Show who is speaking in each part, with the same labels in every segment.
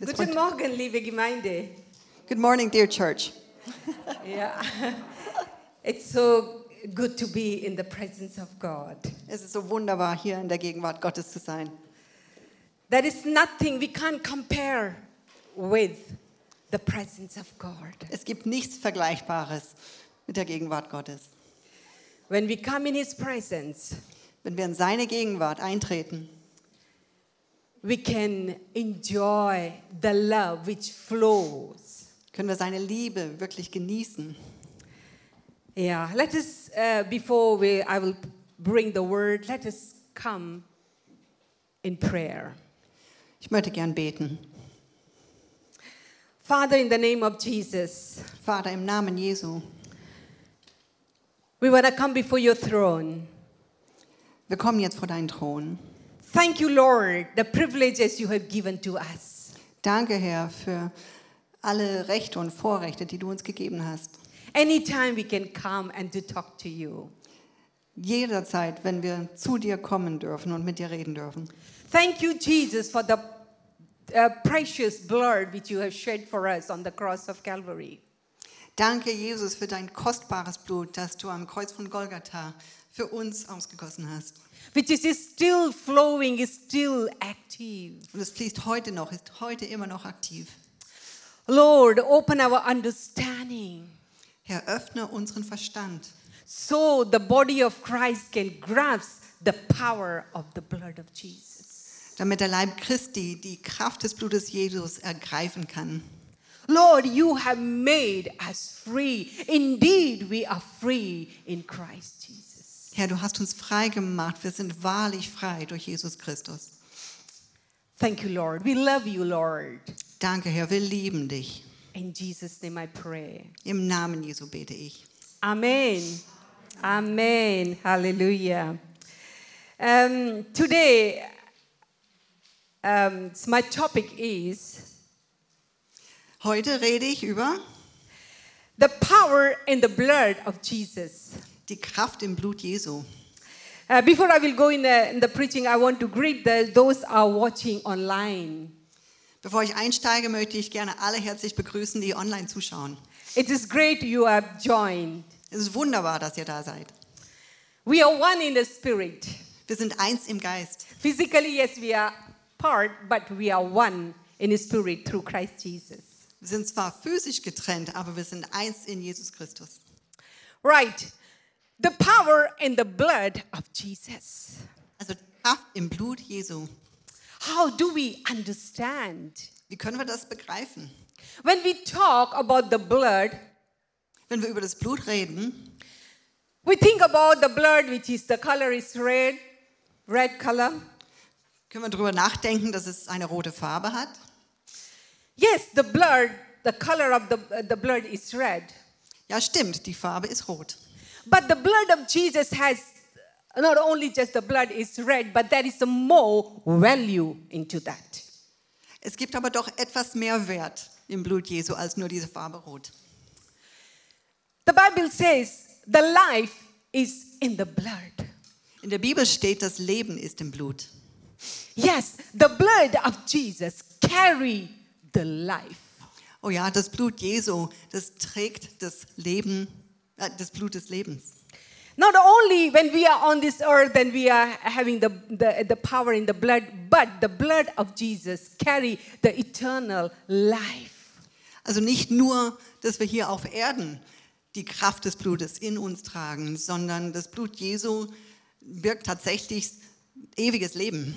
Speaker 1: It's
Speaker 2: Guten
Speaker 1: part-
Speaker 2: Morgen, liebe Gemeinde.
Speaker 1: Good morning, dear church.
Speaker 2: Ja. It's so good to be in the presence of God.
Speaker 1: Es ist so wunderbar, hier in der Gegenwart Gottes zu sein.
Speaker 2: There is nothing we can't compare with the presence of God.
Speaker 1: Es gibt nichts Vergleichbares mit der Gegenwart Gottes.
Speaker 2: When we come in His presence,
Speaker 1: Wenn wir in seine Gegenwart eintreten,
Speaker 2: we can enjoy the love which flows.
Speaker 1: können wir seine Liebe wirklich genießen.
Speaker 2: Yeah, let us, uh, before we, I will bring the word, let us come in prayer.
Speaker 1: Ich möchte gern beten.
Speaker 2: Father, in the name of Jesus,
Speaker 1: Vater, im Namen Jesu,
Speaker 2: We want to come before your throne.
Speaker 1: wir kommen jetzt vor deinen Thron.
Speaker 2: Thank you, Lord, the privileges you have given to us.
Speaker 1: Danke, Herr, für alle Rechte und Vorrechte, die du uns gegeben hast.
Speaker 2: Anytime we can come and to talk to you.
Speaker 1: Jederzeit, wenn wir zu dir kommen dürfen und mit dir reden dürfen.
Speaker 2: Thank you, Jesus, for the uh, precious blood which you have shed for us on the cross of Calvary.
Speaker 1: Danke, Jesus, für dein kostbares Blut, das du am Kreuz von Golgatha für uns ausgegossen hast.
Speaker 2: Which is is still flowing, is still active.
Speaker 1: Und es fließt heute noch, ist heute immer noch aktiv.
Speaker 2: Lord, open our understanding
Speaker 1: Herr, öffne unseren Verstand,
Speaker 2: so the body of Christ can grasp the power of the blood of Jesus.
Speaker 1: damit der Leib Christi die Kraft des Blutes Jesus ergreifen kann.
Speaker 2: Lord, you have made us free. Indeed, we are free in Christ Jesus.
Speaker 1: Herr, du hast uns frei gemacht. Wir sind wahrlich frei durch Jesus Christus.
Speaker 2: Thank you, Lord. We love you, Lord.
Speaker 1: Danke, Herr, wir lieben dich.
Speaker 2: In Jesus' name I pray.
Speaker 1: Im Namen Jesu bete ich.
Speaker 2: Amen. Amen. Hallelujah. Um, today, um, my topic is
Speaker 1: Heute rede ich über
Speaker 2: the power in the blood of Jesus.
Speaker 1: die Kraft im Blut Jesu.
Speaker 2: Uh, before I will go in the, in the preaching, I want to greet the, those are watching online.
Speaker 1: Bevor ich einsteige, möchte ich gerne alle herzlich begrüßen, die online zuschauen.
Speaker 2: It is great you have joined.
Speaker 1: Es ist wunderbar, dass ihr da seid.
Speaker 2: We are one in the spirit.
Speaker 1: Wir sind eins im Geist.
Speaker 2: Physically, yes, we are part, but we are one in the spirit through Christ Jesus.
Speaker 1: Wir sind zwar physisch getrennt, aber wir sind eins in Jesus Christus.
Speaker 2: Right. The power in the blood of Jesus.
Speaker 1: Also die Kraft im Blut Jesu.
Speaker 2: How do we understand?
Speaker 1: Wie können wir das begreifen?
Speaker 2: When we talk about the blood,
Speaker 1: Wenn wir über das Blut reden,
Speaker 2: we think about the blood, which is the color is red, red color.
Speaker 1: können wir darüber nachdenken, dass es eine rote Farbe hat.
Speaker 2: Yes, the blood, the color of the, uh, the blood is red.
Speaker 1: Ja, stimmt, die Farbe ist rot.
Speaker 2: But the blood of Jesus has not only just the blood is red, but there is a more value into that.
Speaker 1: Es gibt aber doch etwas mehr Wert im Blut Jesu als nur diese Farbe rot.
Speaker 2: The Bible says the life is in the blood.
Speaker 1: In der Bibel steht, das Leben ist im Blut.
Speaker 2: Yes, the blood of Jesus carry the life.
Speaker 1: Oh ja, das Blut Jesu, das trägt das Leben, äh, das Blut des Lebens.
Speaker 2: Not only when we are on this earth and we are having the, the, the power in the blood, but the blood of Jesus carry the eternal life.
Speaker 1: Also nicht nur, dass wir hier auf Erden die Kraft des Blutes in uns tragen, sondern das Blut Jesu birgt tatsächlich ewiges Leben.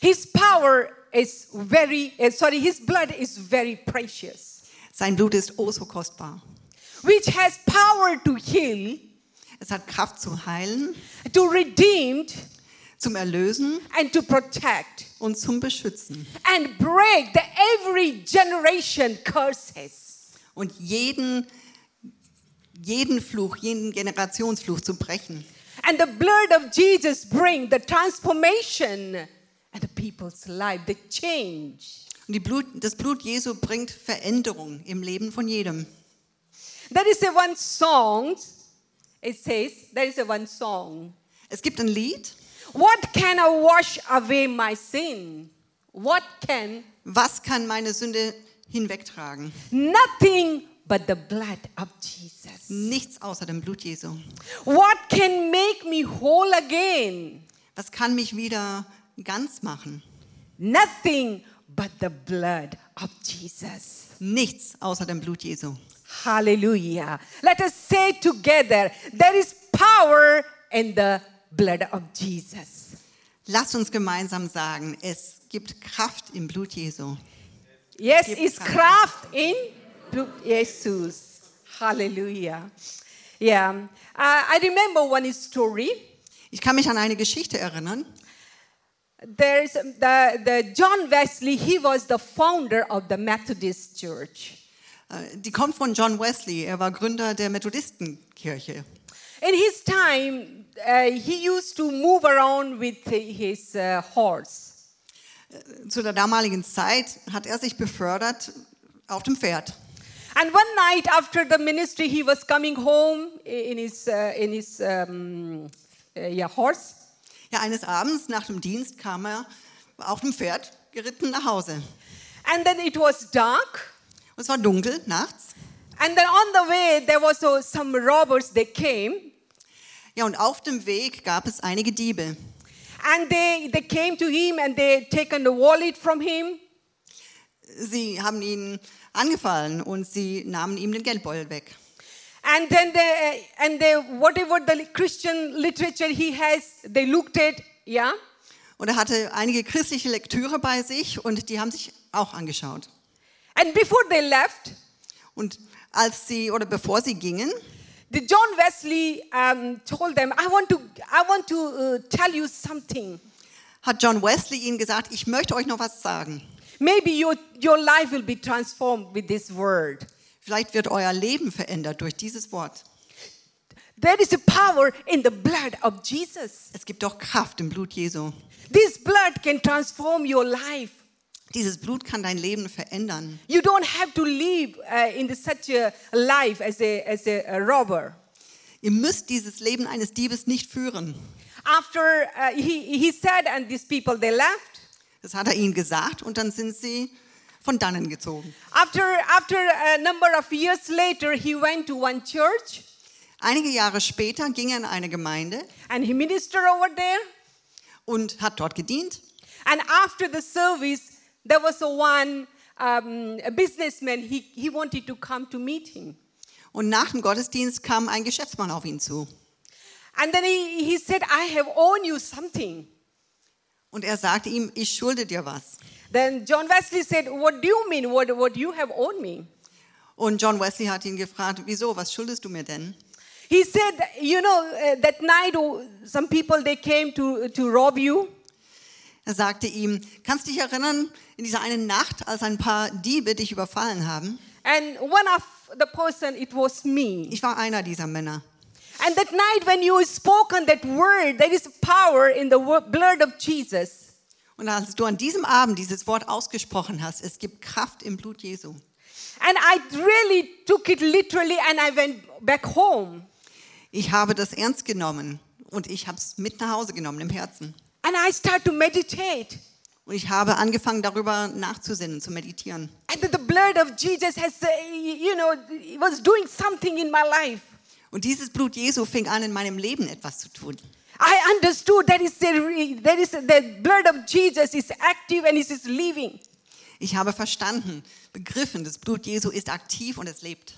Speaker 2: His power is very, eh, sorry, his blood is very precious.
Speaker 1: Sein Blut ist oh so kostbar.
Speaker 2: which has power to heal,
Speaker 1: Es hat Kraft zum Heilen,
Speaker 2: to redeem,
Speaker 1: zum Erlösen
Speaker 2: and to protect,
Speaker 1: und zum Beschützen
Speaker 2: and break the every generation curses.
Speaker 1: und jeden, jeden Fluch, jeden Generationsfluch zu brechen.
Speaker 2: And the blood of Jesus bring the transformation and the people's life, the change.
Speaker 1: Und die Blut, das Blut Jesu bringt Veränderung im Leben von jedem.
Speaker 2: There is a one song. It says there is a one song.
Speaker 1: Es gibt ein Lied,
Speaker 2: What can I wash away my sin? What can
Speaker 1: was kann meine Sünde hinwegtragen?
Speaker 2: Nothing but the blood of Jesus.
Speaker 1: Nichts außer dem Blut Jesu.
Speaker 2: What can make me whole again?
Speaker 1: Was kann mich wieder ganz machen?
Speaker 2: Nothing but the blood of Jesus.
Speaker 1: Nichts außer dem Blut Jesu.
Speaker 2: Hallelujah. Let us say together there is power in the blood of Jesus.
Speaker 1: Lasst uns gemeinsam sagen, es gibt Kraft im Blut Jesu.
Speaker 2: Yes,
Speaker 1: Give
Speaker 2: it's
Speaker 1: thanks.
Speaker 2: craft in Jesus. Hallelujah. Yeah. Uh, I remember one story.
Speaker 1: Ich kann mich an eine Geschichte erinnern.
Speaker 2: There's the, the John Wesley, he was the founder of the Methodist Church.
Speaker 1: Äh, Die kommt von John Wesley. Er war Gründer der Methodistenkirche.
Speaker 2: In his time, uh, he used to move around with his uh, horse.
Speaker 1: Zu der damaligen Zeit hat er sich befördert auf dem Pferd.
Speaker 2: And one night after the ministry, he was coming home in his, uh, in his um, uh, yeah, horse.
Speaker 1: Ja, eines Abends nach dem Dienst kam er auf dem Pferd geritten nach Hause.
Speaker 2: And then it was dark.
Speaker 1: Und es war dunkel nachts.
Speaker 2: And then on the way, there was uh, some robbers. They came
Speaker 1: Ja, und auf dem Weg gab es einige Diebe.
Speaker 2: and they, they came to him and they taken the wallet from him.
Speaker 1: Sie haben ihn angefallen und sie nahmen ihm den Geldbeutel weg.
Speaker 2: And then they, eh, and they, whatever the Christian literature he has, they looked at, yeah.
Speaker 1: Und er hatte einige christliche Lektüre bei sich und die haben sich auch angeschaut.
Speaker 2: And before they left,
Speaker 1: Und als sie oder bevor sie gingen,
Speaker 2: the John Wesley um, told them, I want to, I want to uh, tell you something.
Speaker 1: hat John Wesley ihnen gesagt, ich möchte euch noch was sagen.
Speaker 2: Maybe your, your life will be transformed with this word.
Speaker 1: Vielleicht wird euer Leben verändert durch dieses Wort.
Speaker 2: There is a power in the blood of Jesus.
Speaker 1: Es gibt doch Kraft im Blut Jesu.
Speaker 2: This blood can transform your life.
Speaker 1: Dieses Blut kann dein Leben verändern.
Speaker 2: You don't have to live uh, in the- such a life as a, as a, a robber.
Speaker 1: Ihr müsst dieses Leben eines Diebes nicht führen.
Speaker 2: After uh, he, he said, and these people, they left.
Speaker 1: Das hat er ihnen gesagt und dann sind sie von dannen gezogen.
Speaker 2: After, after a number of years later, he went to one church
Speaker 1: Einige Jahre später ging er in eine Gemeinde
Speaker 2: and he ministered over there.
Speaker 1: und hat dort gedient.
Speaker 2: And after the service, there was a one um, a businessman, he, he wanted to come to meet him.
Speaker 1: Und nach dem Gottesdienst kam ein Geschäftsmann auf ihn zu.
Speaker 2: And then he, he said, I have owed you something.
Speaker 1: Und er sagte ihm, ich schulde dir was.
Speaker 2: Then John Wesley said, What do you mean? What, what you have owed me?
Speaker 1: Und John Wesley hat ihn gefragt, wieso, was schuldest du mir denn?
Speaker 2: He said, you know, uh, that night oh, some people they came to to rob you,
Speaker 1: Er sagte ihm, kannst dich erinnern, in dieser einen Nacht, als ein paar Diebe dich überfallen haben?
Speaker 2: and one of the person it was me.
Speaker 1: Ich war einer dieser Männer.
Speaker 2: And that night when you spoken that word, there is power in the wo- blood of Jesus.
Speaker 1: Und als du an diesem Abend dieses Wort ausgesprochen hast, es gibt Kraft im Blut Jesu.
Speaker 2: And I really took it literally, and I went back home,
Speaker 1: Ich habe das ernst genommen und ich habe es mit nach Hause genommen im Herzen.
Speaker 2: and I start to meditate.
Speaker 1: Und ich habe angefangen, darüber nachzusinnen, zu meditieren.
Speaker 2: And that the blood of Jesus has, uh, y- you know, it was doing something in my life.
Speaker 1: Und dieses Blut Jesu fing an, in meinem Leben etwas zu tun.
Speaker 2: I understood that is the re- that is the blood of Jesus is active and it is living,
Speaker 1: Ich habe verstanden, begriffen, das Blut Jesu ist aktiv und es lebt.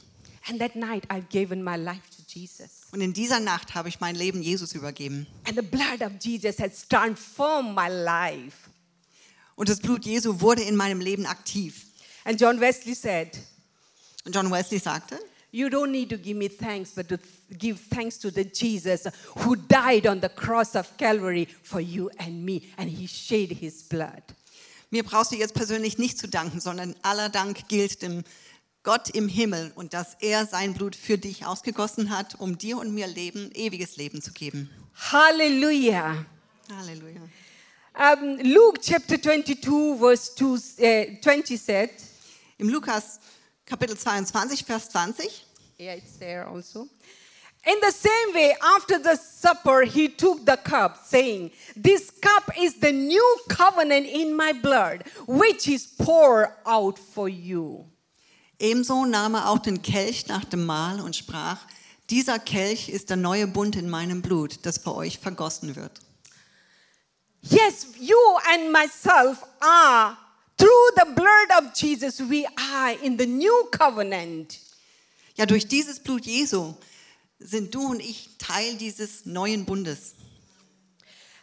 Speaker 2: and that night I've given my life to Jesus,
Speaker 1: Und in dieser Nacht habe ich mein Leben Jesus übergeben.
Speaker 2: and the blood of Jesus has transformed my life.
Speaker 1: Und das Blut Jesu wurde in meinem Leben aktiv.
Speaker 2: And John Wesley said,
Speaker 1: Und John Wesley sagte,
Speaker 2: "You don't need to give me thanks, but to th- give thanks to the Jesus who died on the cross of Calvary for you and me, and He shed His blood."
Speaker 1: mir brauchst du jetzt persönlich nicht zu danken, sondern aller Dank gilt dem Gott im Himmel und dass er sein Blut für dich ausgegossen hat, um dir und mir Leben, ewiges Leben zu geben.
Speaker 2: Hallelujah.
Speaker 1: Halleluja.
Speaker 2: Um, Luke chapter 22, verse 2, uh, 20 said.
Speaker 1: Im Lukas Kapitel 22, Vers 20,
Speaker 2: Yeah, it's there also. In the same way, after the supper, he took the cup, saying, This cup is the new covenant in my blood, which is poured out for you.
Speaker 1: Ebenso nahm er auch den Kelch nach dem Mahl und sprach, dieser Kelch ist der neue Bund in meinem Blut, das für euch vergossen wird.
Speaker 2: Yes, you and myself are, through the blood of Jesus, we are in the new covenant.
Speaker 1: Ja, durch dieses Blut Jesu sind du und ich Teil dieses neuen Bundes.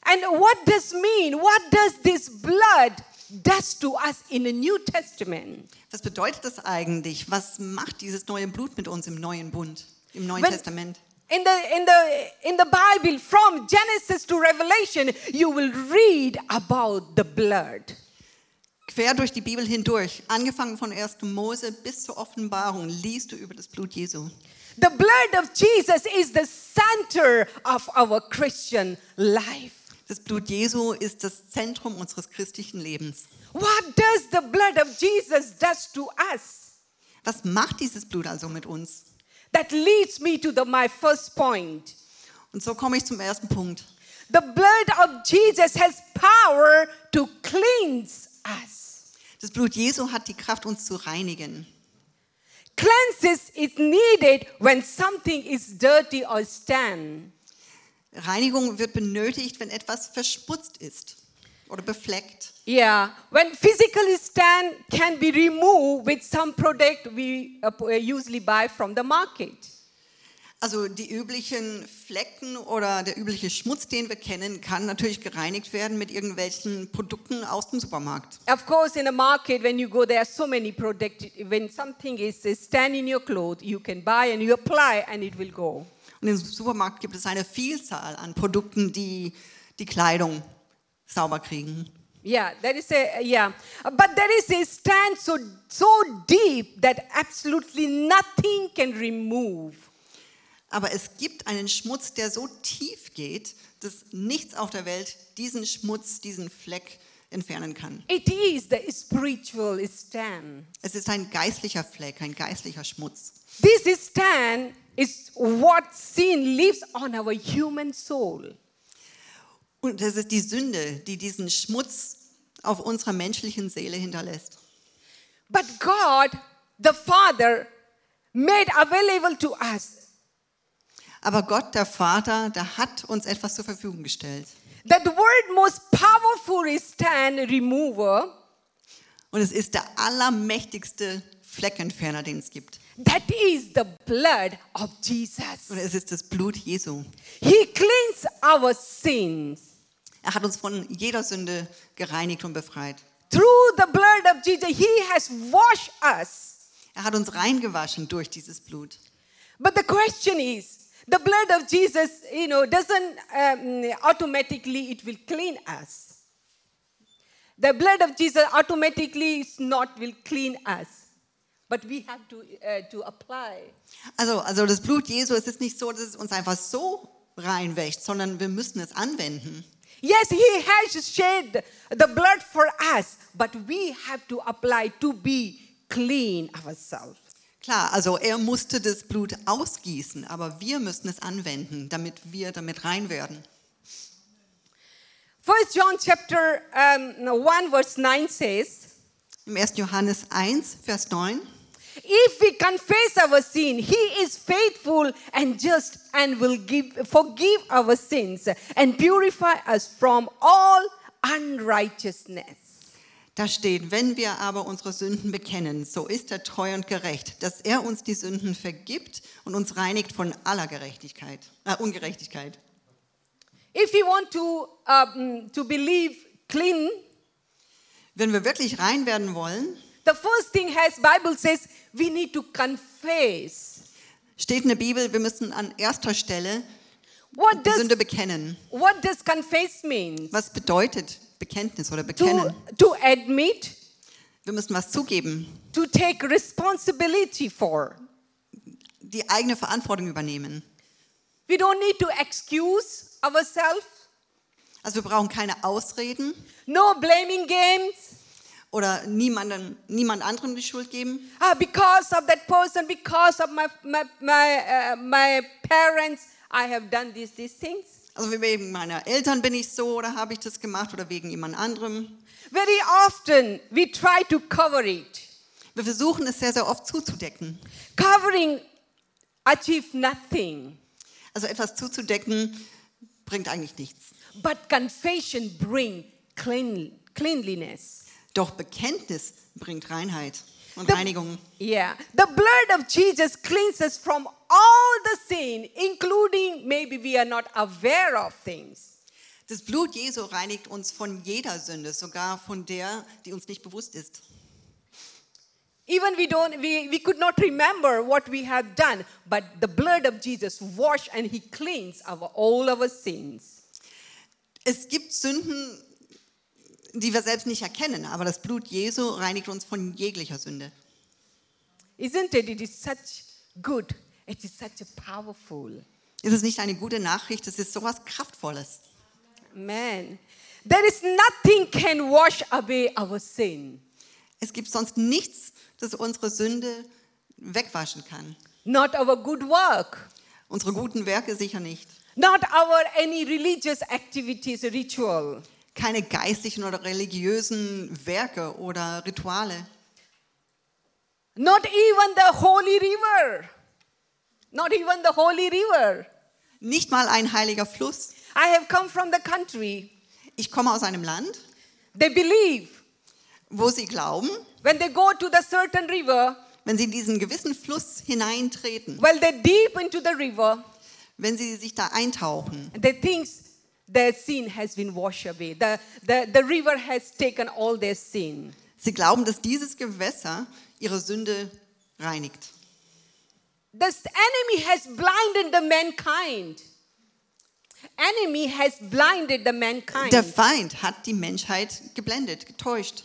Speaker 2: And what does mean? What does this blood does to us in the New Testament?
Speaker 1: Was bedeutet das eigentlich? Was macht dieses neue Blut mit uns im neuen Bund, im Neuen
Speaker 2: Wenn-
Speaker 1: Testament?
Speaker 2: In the in the in the Bible from Genesis to Revelation you will read about the blood.
Speaker 1: Quer durch die Bibel hindurch, angefangen von 1. Mose bis zur Offenbarung, liest du über das Blut Jesu.
Speaker 2: The blood of Jesus is the center of our Christian life.
Speaker 1: Das Blut Jesu ist das Zentrum unseres christlichen Lebens.
Speaker 2: What does the blood of Jesus does to us?
Speaker 1: Was macht dieses Blut also mit uns?
Speaker 2: That leads me to the, my first point.
Speaker 1: Und so komme ich zum ersten Punkt.
Speaker 2: The blood of Jesus has power to cleanse us.
Speaker 1: Das Blut Jesu hat die Kraft, uns zu reinigen.
Speaker 2: Cleanses is needed when something is dirty or stained.
Speaker 1: Reinigung wird benötigt, wenn etwas verschmutzt ist oder befleckt.
Speaker 2: Yeah, when physically stand can be removed with some product we uh, p- usually buy from the market.
Speaker 1: Also die üblichen Flecken oder der übliche Schmutz, den wir kennen, kann natürlich gereinigt werden mit irgendwelchen Produkten aus dem Supermarkt.
Speaker 2: Of course, in the market when you go, there are so many product. When something is, is stand in your clothes, you can buy and you apply, and it will go.
Speaker 1: Und im Supermarkt gibt es eine Vielzahl an Produkten, die die Kleidung sauber kriegen.
Speaker 2: Yeah, there is a yeah, but there is a stand so so deep that absolutely nothing can remove.
Speaker 1: Aber es gibt einen Schmutz, der so tief geht, dass nichts auf der Welt diesen Schmutz, diesen Fleck entfernen kann.
Speaker 2: It is the spiritual stand.
Speaker 1: Es ist ein geistlicher Fleck, ein geistlicher Schmutz.
Speaker 2: This stand is what sin leaves on our human soul.
Speaker 1: Und es ist die Sünde, die diesen Schmutz auf unserer menschlichen Seele hinterlässt.
Speaker 2: But God, the Father, made available to us
Speaker 1: Aber Gott, der Vater, der hat uns etwas zur Verfügung gestellt.
Speaker 2: that the world most powerful stand remover
Speaker 1: Und es ist der allermächtigste Fleckentferner, den es gibt.
Speaker 2: that is the blood of Jesus.
Speaker 1: Und es ist das Blut Jesu.
Speaker 2: He cleans our sins.
Speaker 1: Er hat uns von jeder Sünde gereinigt und befreit.
Speaker 2: Through the blood of Jesus, He has washed us.
Speaker 1: Er hat uns reingewaschen durch dieses Blut.
Speaker 2: But the question is, the blood of Jesus, you know, doesn't um, automatically it will clean us. The blood of Jesus automatically is not will clean us, but we have to uh, to apply.
Speaker 1: Also, also das Blut Jesu, es ist nicht so, dass es uns einfach so reinwäscht, sondern wir müssen es anwenden.
Speaker 2: Yes, He has shed the blood for us, but we have to apply to be clean ourselves.
Speaker 1: Klar, also er musste das Blut ausgießen, aber wir müssen es anwenden, damit wir damit rein werden.
Speaker 2: First John chapter um, one verse nine says.
Speaker 1: Im 1. Johannes 1, Vers 9.
Speaker 2: If we confess our sin, he is faithful and just and will give, forgive our sins and purify us from all unrighteousness.
Speaker 1: Da steht, wenn wir aber unsere Sünden bekennen, so ist er treu und gerecht, dass er uns die Sünden vergibt und uns reinigt von aller Gerechtigkeit, äh, Ungerechtigkeit.
Speaker 2: If you want to, um, to believe clean,
Speaker 1: Wenn wir wirklich rein werden wollen,
Speaker 2: the first thing has Bible says we need to confess.
Speaker 1: steht in der Bibel, wir müssen an erster Stelle
Speaker 2: What
Speaker 1: die
Speaker 2: does,
Speaker 1: Sünde bekennen.
Speaker 2: what does confess mean?
Speaker 1: Was bedeutet Bekenntnis oder
Speaker 2: To,
Speaker 1: Bekennen?
Speaker 2: to admit,
Speaker 1: Wir müssen was zugeben,
Speaker 2: to take responsibility for.
Speaker 1: die eigene Verantwortung übernehmen.
Speaker 2: We don't need to excuse ourselves.
Speaker 1: Also wir brauchen keine Ausreden
Speaker 2: No blaming games.
Speaker 1: oder niemandem, niemand anderem die Schuld geben.
Speaker 2: Ah, because of that person, because of my, my, my, uh, my parents, I have done these, these things.
Speaker 1: Also wegen meiner Eltern bin ich so oder habe ich das gemacht oder wegen jemand anderem.
Speaker 2: Very often, we try to cover it.
Speaker 1: Wir versuchen es sehr, sehr oft zuzudecken.
Speaker 2: Covering achieve nothing,
Speaker 1: Also etwas zuzudecken bringt eigentlich nichts.
Speaker 2: but confession bring clean, cleanliness.
Speaker 1: Doch Bekenntnis bringt Reinheit und
Speaker 2: The-
Speaker 1: Reinigung.
Speaker 2: Yeah. The blood of Jesus cleanses from all the sin, including maybe we are not aware of things.
Speaker 1: Das Blut Jesu reinigt uns von jeder Sünde, sogar von der, die uns nicht bewusst ist.
Speaker 2: Even we don't we, we could not remember what we have done, but the blood of Jesus wash and he cleans our all our sins.
Speaker 1: Es gibt Sünden, die wir selbst nicht erkennen, aber das Blut Jesu reinigt uns von jeglicher Sünde.
Speaker 2: Isn't it? It is such good. It is such a powerful.
Speaker 1: Ist es nicht eine gute Nachricht? Es ist sowas Kraftvolles.
Speaker 2: Man, there is nothing can wash away our sin.
Speaker 1: Es gibt sonst nichts, das unsere Sünde wegwaschen kann.
Speaker 2: Not our good work.
Speaker 1: Unsere guten Werke sicher nicht.
Speaker 2: Not our any religious activities, ritual.
Speaker 1: Keine geistlichen oder religiösen Werke oder Rituale.
Speaker 2: Not even the holy river. Not even the holy river.
Speaker 1: Nicht mal ein heiliger Fluss.
Speaker 2: I have come from the country.
Speaker 1: Ich komme aus einem Land,
Speaker 2: They believe
Speaker 1: wo sie glauben,
Speaker 2: when they go to the certain river,
Speaker 1: wenn sie in diesen gewissen Fluss hineintreten,
Speaker 2: well, they deep into the river,
Speaker 1: wenn sie sich da eintauchen,
Speaker 2: they think their sin has been washed away. The, the, the river has taken all their sin.
Speaker 1: sie glauben, dass dieses Gewässer ihre Sünde reinigt.
Speaker 2: The enemy has blinded the mankind. Enemy has blinded the mankind.
Speaker 1: Der Feind hat die Menschheit geblendet, getäuscht.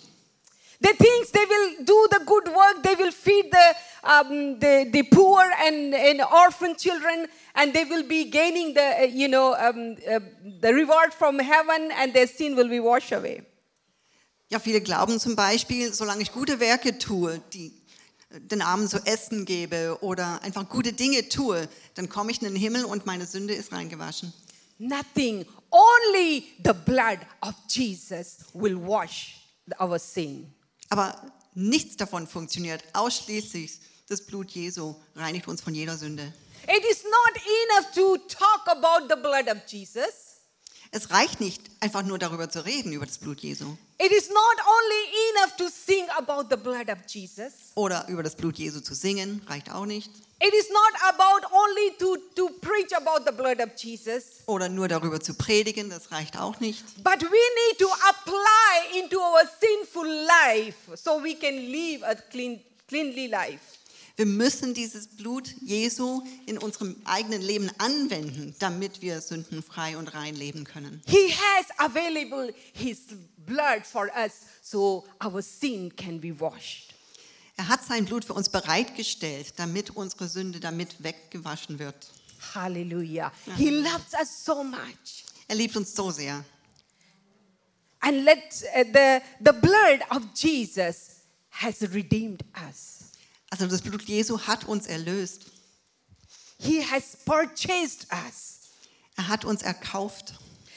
Speaker 2: They think they will do the good work, they will feed the, um, the, the poor and, and orphan children, and they will be gaining the, uh, you know, um, uh, the reward from heaven, and their sin will be washed away.
Speaker 1: Ja, viele glauben zum Beispiel, solange ich gute Werke tue, die äh, den Armen zu essen gebe oder einfach gute Dinge tue, dann komme ich in den Himmel und meine Sünde ist reingewaschen.
Speaker 2: Nothing, only the blood of Jesus will wash our sin.
Speaker 1: Aber nichts davon funktioniert. Ausschließlich das Blut Jesu reinigt uns von jeder Sünde.
Speaker 2: It is not enough to talk about the blood of Jesus.
Speaker 1: Es reicht nicht, einfach nur darüber zu reden, über das Blut Jesu
Speaker 2: It is not only enough to sing about the blood of Jesus.
Speaker 1: oder über das Blut Jesu zu singen, reicht auch nicht.
Speaker 2: It is not about only to, to preach about the blood of Jesus.
Speaker 1: Oder nur darüber zu predigen, das reicht auch nicht.
Speaker 2: But we need to apply into our sinful life so we can live a clean, cleanly life.
Speaker 1: Wir müssen dieses Blut Jesu in unserem eigenen Leben anwenden, damit wir sündenfrei und rein leben können.
Speaker 2: He has available his blood for us so our sin can be washed.
Speaker 1: Er hat sein Blut für uns bereitgestellt, damit unsere Sünde damit weggewaschen wird.
Speaker 2: Hallelujah. He loves us so much.
Speaker 1: Er liebt uns so sehr.
Speaker 2: And let uh, the, the blood of Jesus has redeemed us.
Speaker 1: Also das Blut Jesu hat uns erlöst.
Speaker 2: He has purchased us.
Speaker 1: Er hat uns erkauft.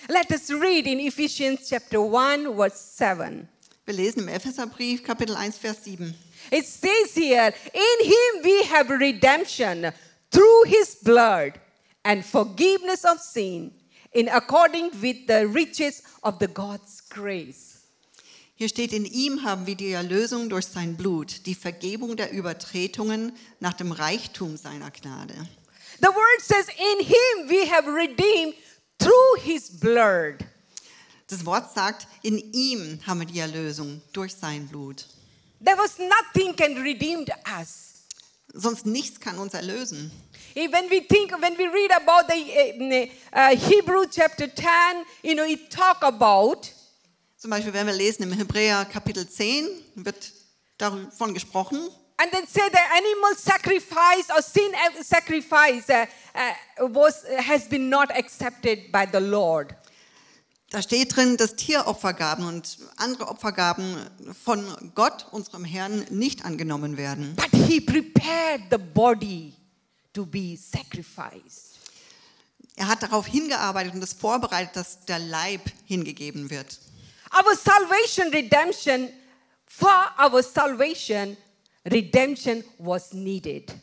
Speaker 2: Let us read in Ephesians chapter 1, verse 7.
Speaker 1: Wir lesen im Epheserbrief Kapitel 1, Vers 7.
Speaker 2: It says here, In him we have redemption through his blood and forgiveness of sin, in according with the riches of the God's grace.
Speaker 1: Hier steht, in ihm haben wir die Erlösung durch sein Blut, die Vergebung der Übertretungen nach dem Reichtum seiner Gnade.
Speaker 2: The word says, In him we have redeemed through his blood.
Speaker 1: Das Wort sagt, in ihm haben wir die Erlösung durch sein Blut.
Speaker 2: There was nothing can redeemed us.
Speaker 1: Sonst nichts kann uns erlösen.
Speaker 2: Eh, When we think, when we read about the eh, mm, eh, uh, Hebrew chapter 10, you know, it talk about
Speaker 1: Zum Beispiel, wenn wir lesen im Hebräer Kapitel 10, wird davon gesprochen,
Speaker 2: and then say the animal sacrifice or sin ac- sacrifice uh, uh, was has been not accepted by the Lord.
Speaker 1: Da steht drin, dass Tieropfergaben und andere Opfergaben von Gott, unserem Herrn, nicht angenommen werden.
Speaker 2: But he prepared the body to be sacrificed.
Speaker 1: Er hat darauf hingearbeitet und es vorbereitet, dass der Leib hingegeben wird.
Speaker 2: Our salvation, redemption, for our salvation, redemption was needed.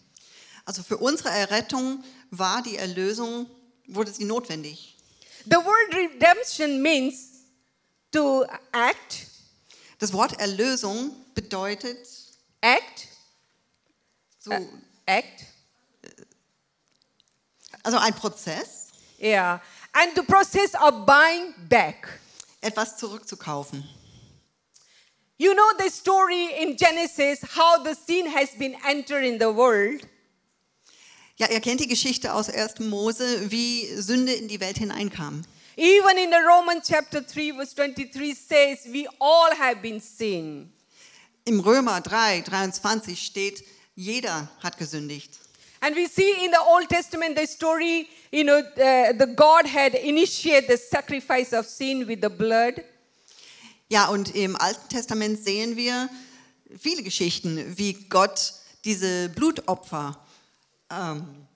Speaker 1: Also für unsere Errettung war die Erlösung, wurde sie notwendig.
Speaker 2: The word redemption means to act,
Speaker 1: Das Wort Erlösung bedeutet
Speaker 2: act,
Speaker 1: so,
Speaker 2: act.
Speaker 1: also ein Prozess,
Speaker 2: Yeah. And the process of buying back.
Speaker 1: etwas zurückzukaufen.
Speaker 2: You know the story in Genesis how the sin has been entered in the world.
Speaker 1: Ja, ihr kennt die Geschichte aus 1. Mose, wie Sünde in die Welt hineinkam.
Speaker 2: Even in the Romans chapter 3 verse 23 says we all have been sin.
Speaker 1: Im Römer 3, 23 steht, jeder hat gesündigt.
Speaker 2: And we see in the Old Testament the story, you know, uh, the God had initiated the sacrifice of sin with the blood.
Speaker 1: Ja, und im Alten Testament sehen wir viele Geschichten, wie Gott diese Blutopfer ähm,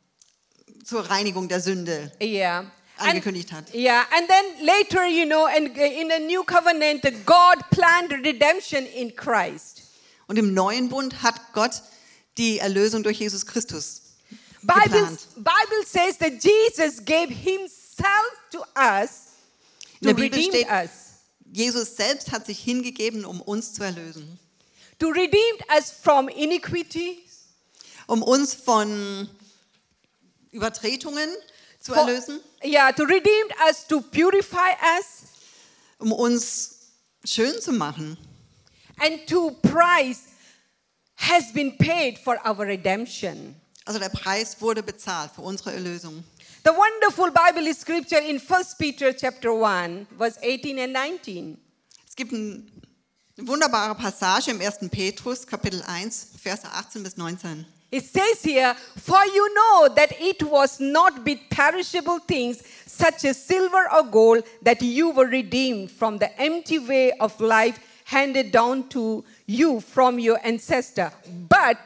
Speaker 1: zur Reinigung der Sünde.
Speaker 2: Yeah.
Speaker 1: Angekündigt hat.
Speaker 2: Yeah, and then later, you know, and in the new covenant, the God planned redemption in Christ.
Speaker 1: Und im neuen Bund hat Gott die Erlösung durch Jesus Christus
Speaker 2: Bible,
Speaker 1: geplant.
Speaker 2: Bible says that Jesus gave himself to us
Speaker 1: In
Speaker 2: to
Speaker 1: der Bibel
Speaker 2: redeem
Speaker 1: steht-
Speaker 2: us.
Speaker 1: Jesus selbst hat sich hingegeben, um uns zu erlösen,
Speaker 2: To redeem us from iniquity,
Speaker 1: um uns von Übertretungen zu
Speaker 2: for-
Speaker 1: erlösen,
Speaker 2: yeah, to redeem us to purify us
Speaker 1: um uns schön zu machen.
Speaker 2: and to price has been paid for our redemption.
Speaker 1: Also der Preis wurde bezahlt für unsere Erlösung.
Speaker 2: The wonderful Bible scripture in 1 Peter chapter 1 verse 18 and 19.
Speaker 1: Es gibt ein, eine wunderbare Passage im 1. Petrus, Kapitel 1, Verse 18 bis 19.
Speaker 2: It says here, For you know that it was not with perishable things, such as silver or gold, that you were redeemed from the empty way of life handed down to you from your ancestor, but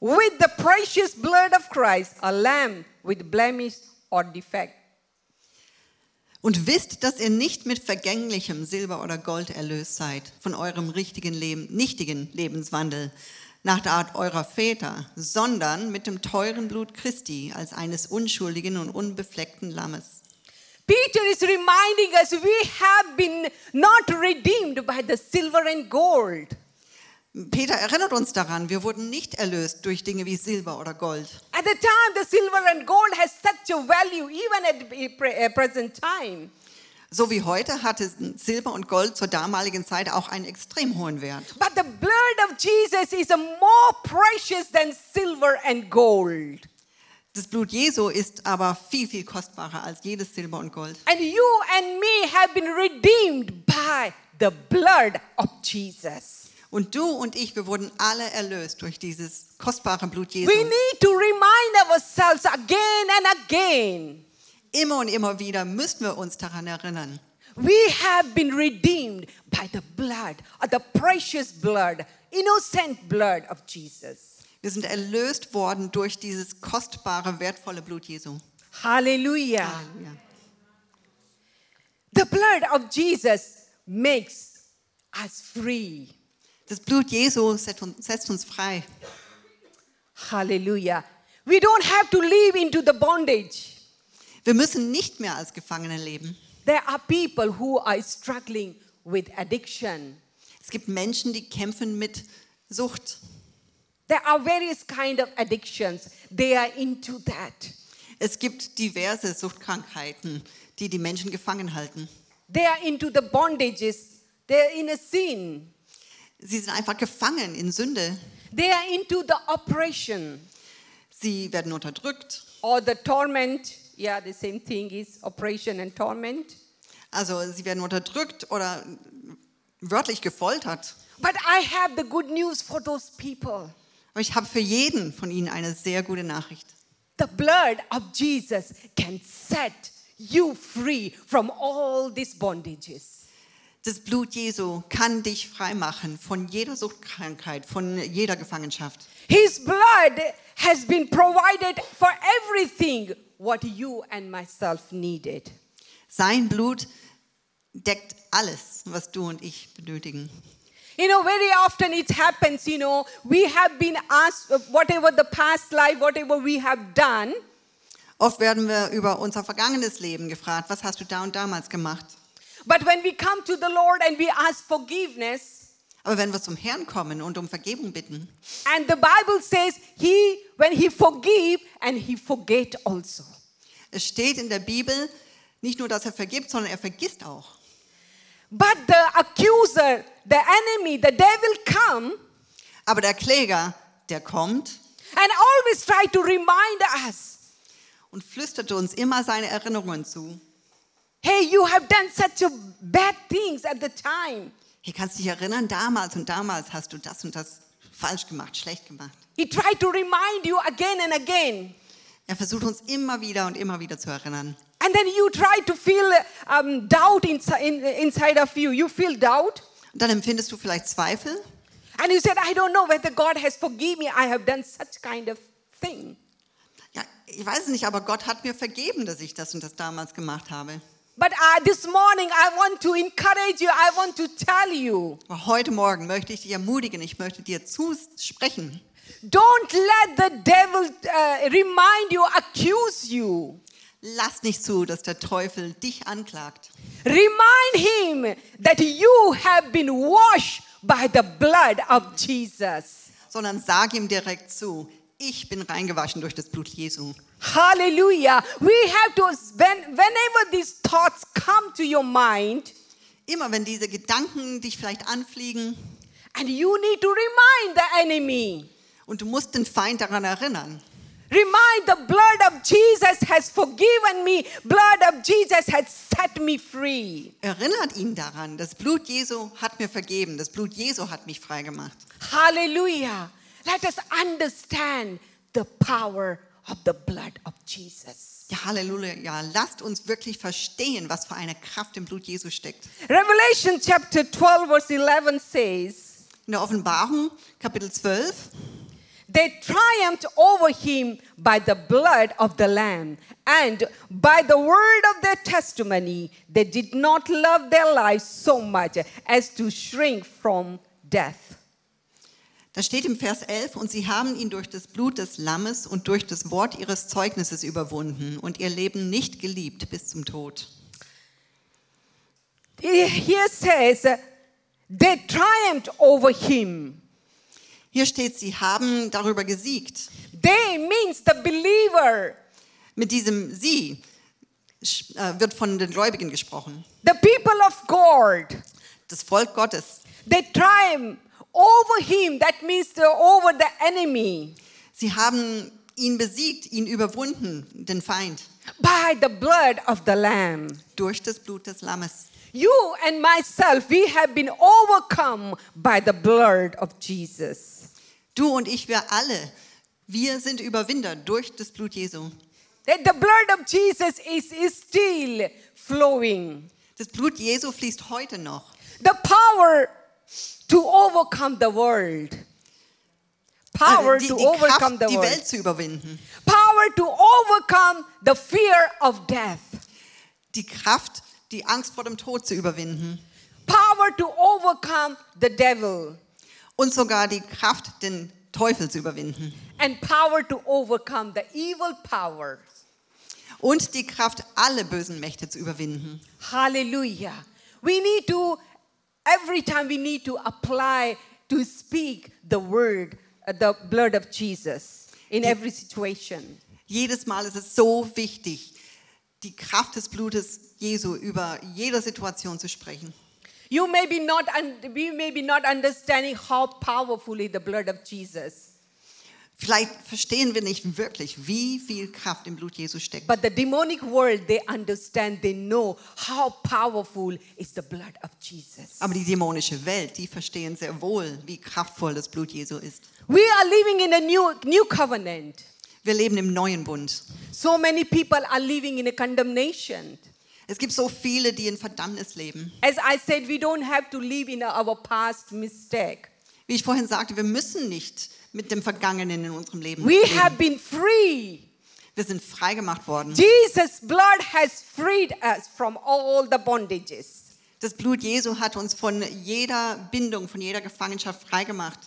Speaker 2: with the precious blood of Christ, a lamb with blemish or defect.
Speaker 1: Und wisst, dass ihr nicht mit vergänglichem Silber oder Gold erlöst seid von eurem richtigen Leben, nichtigen Lebenswandel nach der Art eurer Väter, sondern mit dem teuren Blut Christi als eines unschuldigen und unbefleckten Lammes.
Speaker 2: Peter is reminding us we have been not redeemed by the silver and gold.
Speaker 1: Peter erinnert uns daran, wir wurden nicht erlöst durch Dinge wie Silber oder Gold.
Speaker 2: At the time, the silver and gold has such a value, even at the pre- uh, present time.
Speaker 1: So wie heute hatte Silber und Gold zur damaligen Zeit auch einen extrem hohen Wert.
Speaker 2: But the blood of Jesus is a more precious than silver and gold.
Speaker 1: Das Blut Jesu ist aber viel, viel kostbarer als jedes Silber und Gold.
Speaker 2: And you and me have been redeemed by the blood of Jesus.
Speaker 1: Und du und ich, wir wurden alle erlöst durch dieses kostbare Blut Jesu.
Speaker 2: We need to remind ourselves again and again
Speaker 1: Immer und immer wieder müssen wir uns daran erinnern.
Speaker 2: we have been redeemed by the blood, or the precious blood, innocent blood of Jesus.
Speaker 1: Wir sind erlöst worden durch dieses kostbare, wertvolle Blut Jesu.
Speaker 2: Hallelujah.
Speaker 1: Halleluja.
Speaker 2: The blood of Jesus makes us free.
Speaker 1: Das Blut Jesu setzt uns, setzt uns frei.
Speaker 2: Hallelujah. We don't have to live into the bondage.
Speaker 1: Wir müssen nicht mehr als Gefangene leben.
Speaker 2: There are people who are struggling with addiction.
Speaker 1: Es gibt Menschen, die kämpfen mit Sucht.
Speaker 2: There are various kind of addictions. They are into that.
Speaker 1: Es gibt diverse Suchtkrankheiten, die die Menschen gefangen halten.
Speaker 2: They are into the bondages. They are in a sin.
Speaker 1: Sie sind einfach gefangen in Sünde.
Speaker 2: They are into the oppression
Speaker 1: Sie werden unterdrückt.
Speaker 2: or the torment. Yeah, the same thing is oppression and torment.
Speaker 1: Also sie werden unterdrückt oder wörtlich gefoltert.
Speaker 2: But I have the good news for those people.
Speaker 1: Aber ich habe für jeden von ihnen eine sehr gute Nachricht.
Speaker 2: The blood of Jesus can set you free from all these bondages.
Speaker 1: Das Blut Jesu kann dich freimachen von jeder Suchtkrankheit, von jeder Gefangenschaft.
Speaker 2: His blood has been provided for everything what you and myself needed.
Speaker 1: Sein Blut deckt alles, was du und ich benötigen.
Speaker 2: You know, very often it happens, you know, we have been asked, uh, whatever the past life, whatever we have done,
Speaker 1: Oft werden wir über unser vergangenes Leben gefragt, was hast du da und damals gemacht?
Speaker 2: but when we come to the Lord and we ask forgiveness,
Speaker 1: Aber wenn wir zum Herrn kommen und um Vergebung bitten,
Speaker 2: and the Bible says, He, when He forgive, and He forget also.
Speaker 1: es steht in der Bibel nicht nur, dass er vergibt, sondern er vergisst auch.
Speaker 2: But the accuser, the enemy, the devil come
Speaker 1: Aber der Kläger, der kommt
Speaker 2: and always try to remind us,
Speaker 1: und flüstert uns immer seine Erinnerungen zu.
Speaker 2: hey, you have done such a bad things at the time.
Speaker 1: Hier kannst du dich erinnern, damals und damals hast du das und das falsch gemacht, schlecht gemacht.
Speaker 2: He tried to remind you again and again.
Speaker 1: Er versucht uns immer wieder und immer wieder zu erinnern.
Speaker 2: And then you try to feel um, doubt inside, in, inside of you. You feel doubt.
Speaker 1: Und dann empfindest du vielleicht Zweifel
Speaker 2: And you said, I don't know whether God has forgiven me. I have done such kind of thing.
Speaker 1: Ja, ich weiß es nicht, aber Gott hat mir vergeben, dass ich das und das damals gemacht habe.
Speaker 2: But uh, this morning, I want to encourage you. I want to tell you
Speaker 1: Aber heute Morgen möchte ich dich ermutigen, ich möchte dir zusprechen.
Speaker 2: don't let the devil uh, remind you, accuse you.
Speaker 1: Lass nicht zu, dass der Teufel dich anklagt.
Speaker 2: Remind him that you have been washed by the blood of Jesus.
Speaker 1: sondern sag ihm direkt zu, ich bin reingewaschen durch das Blut Jesu.
Speaker 2: Hallelujah. We have to, when, whenever these thoughts come to your mind,
Speaker 1: Immer wenn diese Gedanken dich vielleicht anfliegen
Speaker 2: and you need to remind the enemy,
Speaker 1: und du musst den Feind daran erinnern,
Speaker 2: remind the blood of Jesus has forgiven me, blood of Jesus has set me free.
Speaker 1: erinnert ihn daran, das Blut Jesu hat mir vergeben, das Blut Jesu hat mich freigemacht.
Speaker 2: Hallelujah. Let us understand the power of the blood of Jesus.
Speaker 1: Ja, Halleluja, ja, lasst uns wirklich verstehen, was für eine Kraft im Blut Jesu steckt.
Speaker 2: Revelation chapter 12, verse 11 says,
Speaker 1: In der Offenbarung, Kapitel 12,
Speaker 2: They triumphed over him by the blood of the Lamb and by the word of their testimony. They did not love their lives so much as to shrink from death.
Speaker 1: Da steht im Vers 11, und sie haben ihn durch das Blut des Lammes und durch das Wort ihres Zeugnisses überwunden und ihr Leben nicht geliebt bis zum Tod.
Speaker 2: It Here says, they triumphed over him.
Speaker 1: Hier steht, sie haben darüber gesiegt.
Speaker 2: They means the believer,
Speaker 1: Mit diesem sie sch- äh, wird von den Gläubigen gesprochen.
Speaker 2: the people of God.
Speaker 1: Das Volk Gottes.
Speaker 2: They triumphed over him. That means they're over the enemy
Speaker 1: Sie haben ihn besiegt, ihn überwunden, den Feind,
Speaker 2: by the blood of the Lamb.
Speaker 1: durch das Blut des Lammes.
Speaker 2: You and myself, we have been overcome by the blood of Jesus.
Speaker 1: Du und ich, wir alle, wir sind Überwinder durch das Blut Jesu.
Speaker 2: That the blood of Jesus is, is still flowing.
Speaker 1: Das Blut Jesu fließt heute noch.
Speaker 2: The power to overcome the world. Power
Speaker 1: die,
Speaker 2: to
Speaker 1: die
Speaker 2: overcome
Speaker 1: Kraft,
Speaker 2: the
Speaker 1: die
Speaker 2: world.
Speaker 1: Welt zu überwinden.
Speaker 2: Power to overcome the fear of death.
Speaker 1: Die Kraft, die Angst vor dem Tod zu überwinden.
Speaker 2: Power to overcome the devil.
Speaker 1: Und sogar die Kraft, den Teufel zu überwinden.
Speaker 2: And power to overcome the evil power.
Speaker 1: Und die Kraft, alle bösen Mächte zu überwinden.
Speaker 2: Hallelujah. We need to, every time we need to apply to speak the word, uh, the blood of Jesus in every situation.
Speaker 1: Jedes Mal ist es so wichtig, die Kraft des Blutes Jesu über jede Situation zu sprechen.
Speaker 2: You may be not, un- we may be not understanding how powerfully the blood of Jesus,
Speaker 1: Vielleicht verstehen wir nicht wirklich, wie viel Kraft im Blut Jesu steckt.
Speaker 2: but the demonic world, they understand, they know how powerful is the blood of Jesus.
Speaker 1: Aber die dämonische Welt, die verstehen sehr wohl, wie kraftvoll das Blut Jesu ist.
Speaker 2: We are living in a new, new covenant.
Speaker 1: Wir leben im neuen Bund.
Speaker 2: So many people are living in a condemnation.
Speaker 1: Es gibt so viele, die in Verdammnis leben.
Speaker 2: As I said, we don't have to live in our past mistake.
Speaker 1: Wie ich vorhin sagte, wir müssen nicht mit dem Vergangenen in unserem Leben
Speaker 2: We
Speaker 1: leben.
Speaker 2: have been free.
Speaker 1: Wir sind freigemacht worden.
Speaker 2: Jesus' blood has freed us from all the bondages.
Speaker 1: Das Blut Jesu hat uns von jeder Bindung, von jeder Gefangenschaft freigemacht.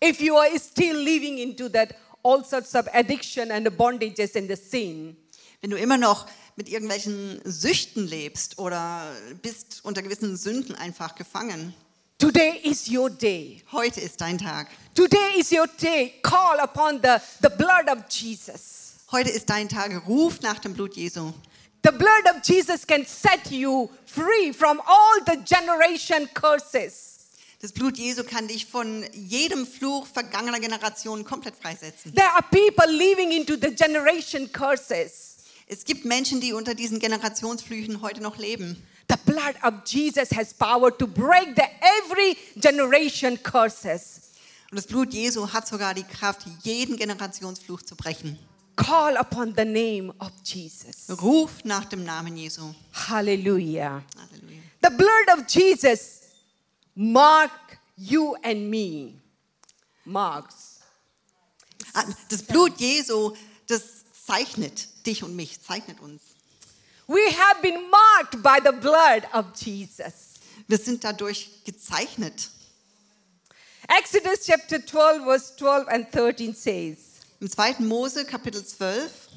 Speaker 2: If you are still living into that all sorts of addiction and bondages and the sin,
Speaker 1: Wenn du immer noch mit irgendwelchen Süchten lebst oder bist unter gewissen Sünden einfach gefangen,
Speaker 2: today is your day.
Speaker 1: heute ist dein Tag.
Speaker 2: Today is your day. Call upon the, the blood of Jesus.
Speaker 1: Heute ist dein Tag. Ruf nach dem Blut Jesu.
Speaker 2: The blood of Jesus can set you free from all the generation curses.
Speaker 1: Das Blut Jesu kann dich von jedem Fluch vergangener Generationen komplett freisetzen.
Speaker 2: There are people living into the generation curses.
Speaker 1: Es gibt Menschen, die unter diesen Generationsflüchen heute noch leben.
Speaker 2: The blood of Jesus has power to break the every generation curses.
Speaker 1: Und das Blut Jesu hat sogar die Kraft, jeden Generationsfluch zu brechen.
Speaker 2: Call upon the name of Jesus.
Speaker 1: Ruf nach dem Namen Jesu.
Speaker 2: Hallelujah.
Speaker 1: Halleluja.
Speaker 2: The blood of Jesus mark you and me. Marks.
Speaker 1: Ah, Das Blut Jesu, das zeichnet dich und mich, zeichnet uns.
Speaker 2: We have been marked by the blood of Jesus.
Speaker 1: Wir sind dadurch gezeichnet.
Speaker 2: Exodus chapter 12, verse 12 and 13 says,
Speaker 1: Im 2. Mose Kapitel 12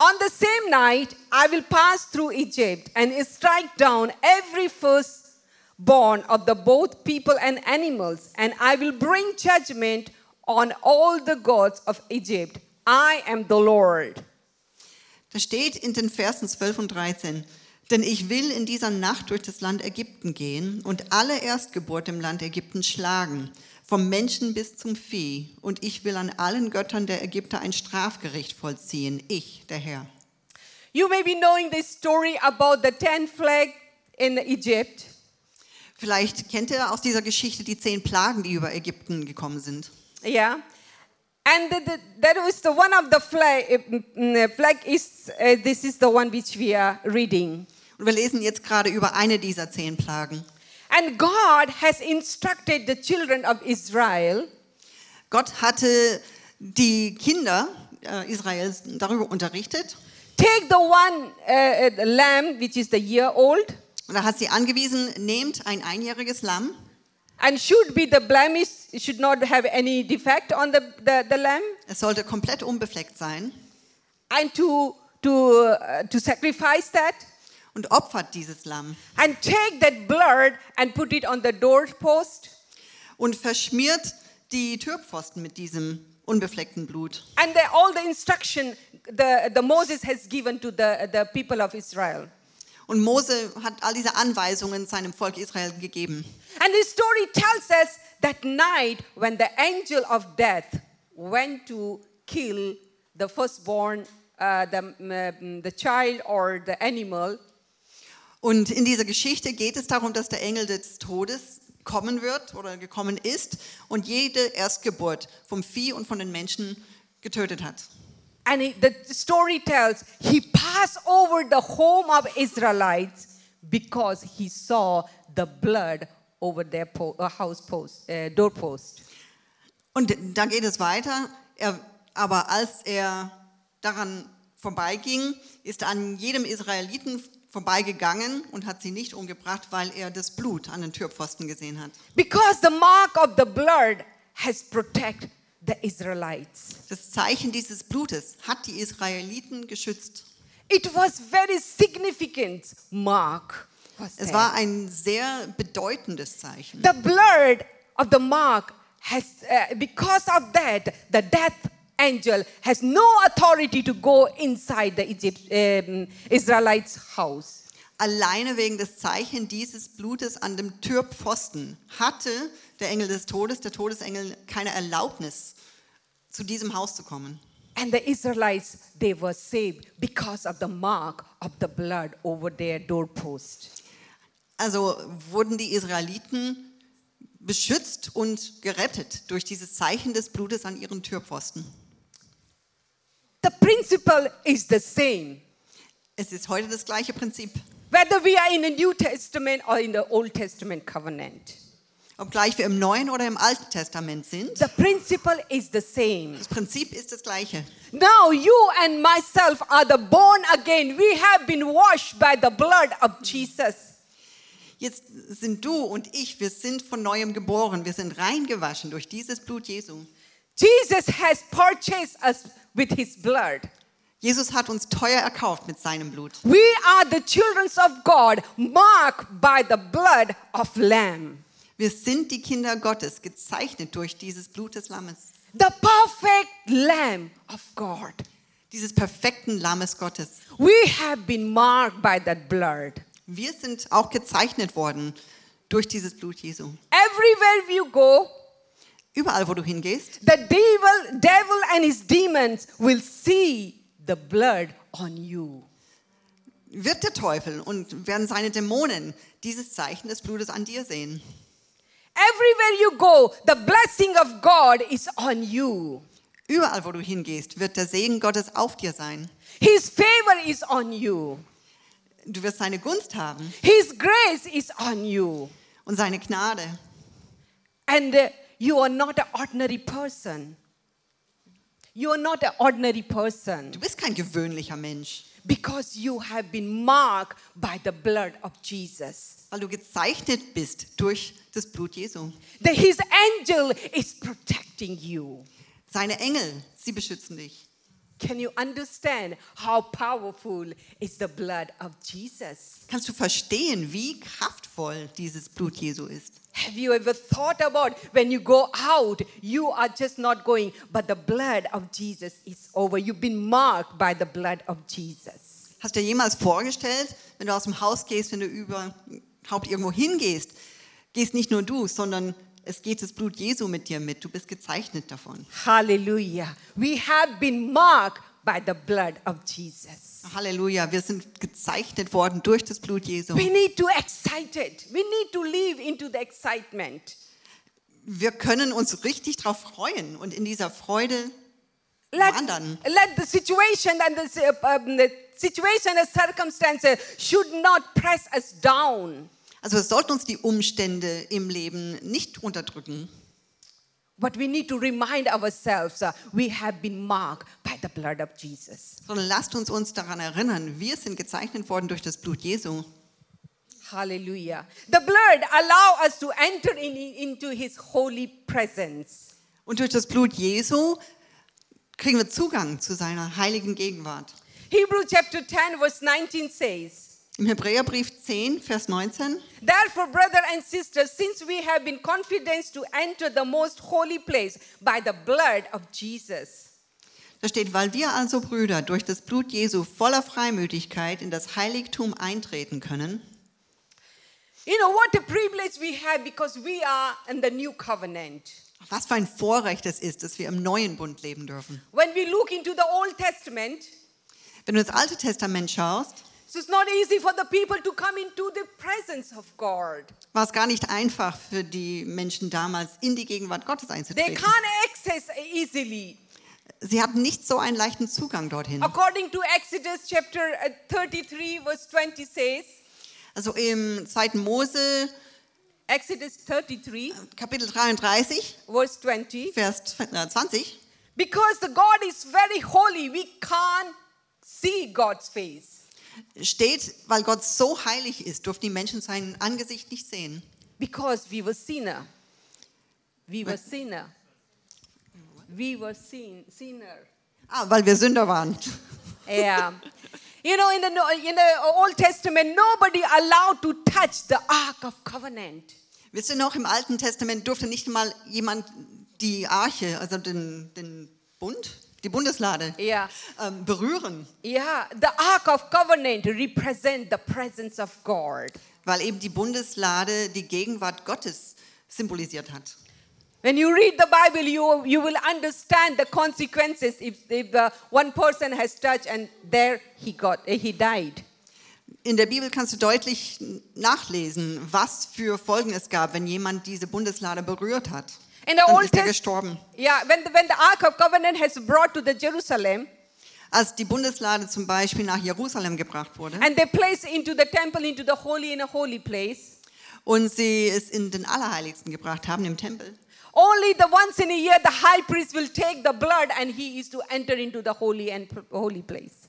Speaker 2: On the same night I will pass through Egypt and strike down every firstborn of the both people and animals, and I will bring judgment on all the gods of Egypt. I am the Lord.
Speaker 1: Da steht in den Versen 12 und 13, denn ich will in dieser Nacht durch das Land Ägypten gehen und alle Erstgeburt im Land Ägypten schlagen, vom Menschen bis zum Vieh, und ich will an allen Göttern der Ägypter ein Strafgericht vollziehen, ich, der Herr.
Speaker 2: You may be knowing this story about the 10 flag in Egypt.
Speaker 1: Vielleicht kennt ihr aus dieser Geschichte die zehn Plagen, die über Ägypten gekommen sind.
Speaker 2: Yeah. And the, the, that was the one of the flag. mm, Flag is uh, this is the one which we are reading.
Speaker 1: Und wir lesen jetzt gerade über eine dieser zehn Plagen.
Speaker 2: And God has instructed the children of Israel
Speaker 1: Gott hatte die Kinder äh, Israels darüber unterrichtet
Speaker 2: take the one uh, uh, the lamb which is the year old
Speaker 1: und er hat sie angewiesen, nehmt ein einjähriges Lamm
Speaker 2: and should be the blemish should not have any defect on the, the, the lamb
Speaker 1: Es sollte komplett unbefleckt sein
Speaker 2: and to to uh, to sacrifice that
Speaker 1: und opfert dieses Lamm
Speaker 2: and take that blood and put it on the doorpost
Speaker 1: und verschmiert die Türpfosten mit diesem unbefleckten Blut.
Speaker 2: and the, all the instruction the, the moses has given to the, the people of israel
Speaker 1: Und Mose hat all diese Anweisungen seinem Volk Israel gegeben.
Speaker 2: and the story tells us that night when the angel of death went to kill the firstborn uh, the, mm, the child or the animal
Speaker 1: Und in dieser Geschichte geht es darum, dass der Engel des Todes kommen wird oder gekommen ist und jede Erstgeburt vom Vieh und von den Menschen getötet hat.
Speaker 2: and he, the story tells he passed over the home of israelites because he saw the blood over their po- uh, house post uh, doorpost
Speaker 1: Und da geht es weiter. Er, aber als er daran vorbeiging, ist er an jedem Israeliten vorbeigegangen und hat sie nicht umgebracht, weil er das Blut an den Türpfosten gesehen hat.
Speaker 2: Because the mark of the blood has protected the Israelites.
Speaker 1: Das Zeichen dieses Blutes hat die Israeliten geschützt.
Speaker 2: It was very significant mark. was
Speaker 1: Es
Speaker 2: there.
Speaker 1: war ein sehr bedeutendes Zeichen.
Speaker 2: the blood of the mark has, uh, because of that, the death angel has no authority to go inside the Egypt, um, Israelites' house.
Speaker 1: Alleine wegen des Zeichen dieses Blutes an dem Türpfosten hatte der Engel des Todes, der Todesengel, keine Erlaubnis, zu diesem Haus zu kommen.
Speaker 2: And the Israelites, they were saved because of the mark of the blood over their doorpost.
Speaker 1: Also wurden die Israeliten beschützt und gerettet durch dieses Zeichen des Blutes an ihren Türpfosten.
Speaker 2: The principle is the same.
Speaker 1: Es ist heute das gleiche Prinzip.
Speaker 2: Whether we are in the New Testament or in the Old Testament covenant,
Speaker 1: Obgleich wir im Neuen oder im Alten Testament sind,
Speaker 2: the principle is the same.
Speaker 1: das Prinzip ist das gleiche.
Speaker 2: Now you and myself are the born again. We have been washed by the blood of Jesus.
Speaker 1: Jetzt sind du und ich, wir sind von neuem geboren, wir sind reingewaschen durch dieses Blut Jesu.
Speaker 2: Jesus has purchased us with his blood.
Speaker 1: Jesus hat uns teuer erkauft mit seinem Blut.
Speaker 2: We are the children of God, marked by the blood of lamb.
Speaker 1: Wir sind die Kinder Gottes, gezeichnet durch dieses Blut des Lammes,
Speaker 2: The perfect lamb of God.
Speaker 1: dieses perfekten Lammes Gottes.
Speaker 2: We have been marked by that blood.
Speaker 1: Wir sind auch gezeichnet worden durch dieses Blut Jesu.
Speaker 2: Everywhere you go,
Speaker 1: Überall, wo du hingehst,
Speaker 2: the devil, devil and his demons will see the blood on you.
Speaker 1: wird der Teufel und werden seine Dämonen dieses Zeichen des Blutes an dir sehen.
Speaker 2: Everywhere you go, the blessing of God is on you.
Speaker 1: Überall, wo du hingehst, wird der Segen Gottes auf dir sein.
Speaker 2: His favor is on you.
Speaker 1: Du wirst seine Gunst haben
Speaker 2: His grace is on you.
Speaker 1: und seine Gnade.
Speaker 2: And uh, you are not an ordinary person. You are not an ordinary person
Speaker 1: Du bist kein gewöhnlicher Mensch,
Speaker 2: because you have been marked by the blood of Jesus.
Speaker 1: weil du gezeichnet bist durch das Blut Jesu.
Speaker 2: That his angel is protecting you.
Speaker 1: Seine Engel, sie beschützen dich.
Speaker 2: Can you understand how powerful is the blood of Jesus?
Speaker 1: Kannst du verstehen, wie kraftvoll dieses Blut Jesu ist?
Speaker 2: Have you ever thought about when you go out, you are just not going, but the blood of Jesus is over. You've been marked by the blood of Jesus.
Speaker 1: Hast du dir jemals vorgestellt, wenn du aus dem Haus gehst, wenn du überhaupt irgendwo hingehst, gehst nicht nur du, sondern es geht das Blut Jesu mit dir mit. Du bist gezeichnet davon.
Speaker 2: Hallelujah. We have been marked by the blood of Jesus.
Speaker 1: Halleluja, wir sind gezeichnet worden durch das Blut Jesu.
Speaker 2: We need to excite it. We need to live into the excitement.
Speaker 1: Wir können uns richtig darauf freuen und in dieser Freude
Speaker 2: Let,
Speaker 1: Wandern.
Speaker 2: let the situation and the, si- um, the situation and circumstances should not press us down.
Speaker 1: Also es sollten uns die Umstände im Leben nicht unterdrücken,
Speaker 2: But we need to remind ourselves uh, we have been marked by the blood of Jesus.
Speaker 1: sondern lasst uns uns daran erinnern, wir sind gezeichnet worden durch das Blut Jesu.
Speaker 2: Hallelujah. The blood allow us to enter in, into his holy presence.
Speaker 1: Und durch das Blut Jesu kriegen wir Zugang zu seiner heiligen Gegenwart.
Speaker 2: Hebrew chapter 10 verse 19 says,
Speaker 1: Im Hebräerbrief 10, Vers 19.
Speaker 2: Therefore, brother and sister, since we have been confidence to enter the most holy place by the blood of Jesus,
Speaker 1: Da steht, weil wir also Brüder durch das Blut Jesu voller Freimütigkeit in das Heiligtum eintreten können.
Speaker 2: you know what a privilege we have because we are in the new covenant.
Speaker 1: Was für ein Vorrecht es ist, dass wir im neuen Bund leben dürfen.
Speaker 2: When we look into the Old Testament,
Speaker 1: Wenn du ins Alte Testament schaust,
Speaker 2: So it's not easy for the people to come into the presence of God.
Speaker 1: war es gar nicht einfach für die Menschen damals, in die Gegenwart Gottes
Speaker 2: They
Speaker 1: einzutreten.
Speaker 2: can't access easily.
Speaker 1: Sie hatten nicht so einen leichten Zugang dorthin.
Speaker 2: According to Exodus chapter uh, 33, verse 20 says,
Speaker 1: Also im 2. Mose
Speaker 2: Exodus 33,
Speaker 1: Kapitel 33,
Speaker 2: verse 20,
Speaker 1: Vers äh, 20.
Speaker 2: because the God is very holy, we can't see God's face.
Speaker 1: steht, weil Gott so heilig ist, durften die Menschen sein Angesicht nicht sehen.
Speaker 2: Because we were sinner. We were sinner. We were sin, sinner.
Speaker 1: Ah, weil wir Sünder waren.
Speaker 2: Yeah. You know, in the, No- in the Old Testament, nobody allowed to touch the Ark of Covenant.
Speaker 1: Wisst ihr noch, im Alten Testament durfte nicht mal jemand die Arche, also den, den Bund, die Bundeslade,
Speaker 2: Ja.
Speaker 1: ähm, berühren,
Speaker 2: Yeah, the Ark of Covenant represent the presence of God.
Speaker 1: weil eben die Bundeslade die Gegenwart Gottes symbolisiert hat.
Speaker 2: When you read the Bible, you, you will understand the consequences if, if uh, one person has touched and there he got eh, he died.
Speaker 1: In der Bibel kannst du deutlich nachlesen, was für Folgen es gab, wenn jemand diese Bundeslade berührt hat.
Speaker 2: In the
Speaker 1: Dann
Speaker 2: Old
Speaker 1: ist er
Speaker 2: Test-
Speaker 1: gestorben.
Speaker 2: Yeah, when the, when the Ark of Covenant has brought to the Jerusalem,
Speaker 1: Als die Bundeslade zum Beispiel nach Jerusalem gebracht wurde
Speaker 2: And they placed into the temple, into the holy, in a holy place.
Speaker 1: und sie es in den Allerheiligsten gebracht haben, im Tempel,
Speaker 2: Only the once in a year the high priest will take the blood and he is to enter into the holy and holy place.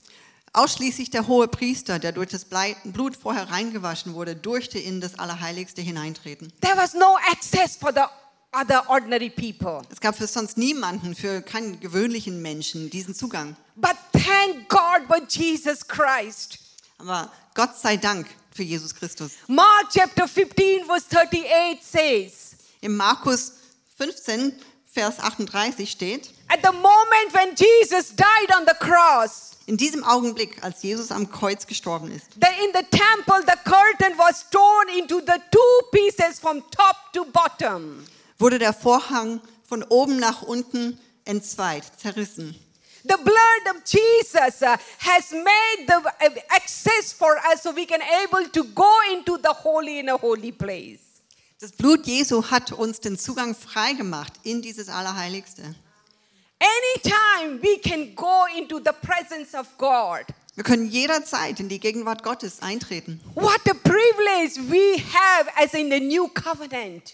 Speaker 1: Ausschließlich der hohe Priester, der durch das Blei- Blut vorher reingewaschen wurde, durfte in das Allerheiligste hineintreten.
Speaker 2: There was no access for the other ordinary people.
Speaker 1: Es gab für sonst niemanden, für keinen gewöhnlichen Menschen diesen Zugang.
Speaker 2: But thank God for Jesus Christ.
Speaker 1: Aber Gott sei Dank für Jesus Christus.
Speaker 2: Mark chapter 15, verse 38 says,
Speaker 1: Im Markus 15, Vers 38 steht,
Speaker 2: At the moment when Jesus died on the cross,
Speaker 1: in diesem Augenblick, als Jesus am Kreuz gestorben ist,
Speaker 2: the, in the temple, the curtain was torn into the two pieces from top to bottom.
Speaker 1: wurde der Vorhang von oben nach unten entzweit, zerrissen.
Speaker 2: The blood of Jesus uh, has made the uh, access for us so we can able to go into the holy in a holy place.
Speaker 1: Das Blut Jesu hat uns den Zugang freigemacht in dieses Allerheiligste.
Speaker 2: Anytime we can go into the presence of God.
Speaker 1: Wir können jederzeit in die Gegenwart Gottes eintreten.
Speaker 2: What a privilege we have as in the new covenant.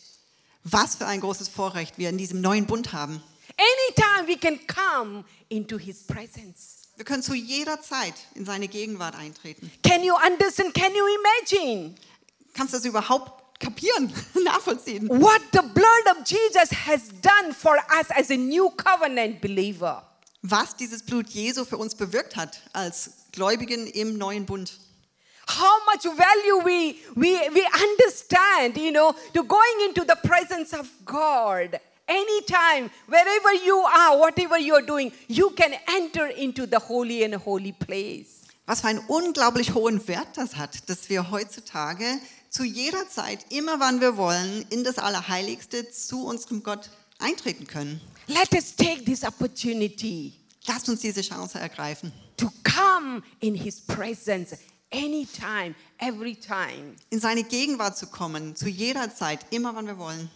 Speaker 1: Was für ein großes Vorrecht wir in diesem neuen Bund haben.
Speaker 2: Anytime we can come into his presence.
Speaker 1: Wir können zu jeder Zeit in seine Gegenwart eintreten.
Speaker 2: Can you understand? Can you imagine
Speaker 1: Kannst du das überhaupt kapieren, nachvollziehen?
Speaker 2: what the blood of Jesus has done for us as a new covenant believer?
Speaker 1: Was dieses Blut Jesu für uns bewirkt hat als Gläubigen im neuen Bund.
Speaker 2: How much value we, we, we understand, you know, to going into the presence of God. Anytime, wherever you are, whatever you are doing, you can enter into the holy and holy place.
Speaker 1: Was für einen unglaublich hohen Wert das hat, dass wir heutzutage zu jeder Zeit, immer wann wir wollen, in das Allerheiligste zu unserem Gott eintreten können.
Speaker 2: Let us take this opportunity
Speaker 1: Lasst uns diese Chance ergreifen.
Speaker 2: to come in his presence anytime, every time.
Speaker 1: in seine Gegenwart zu kommen, zu jeder Zeit, immer wann wir wollen.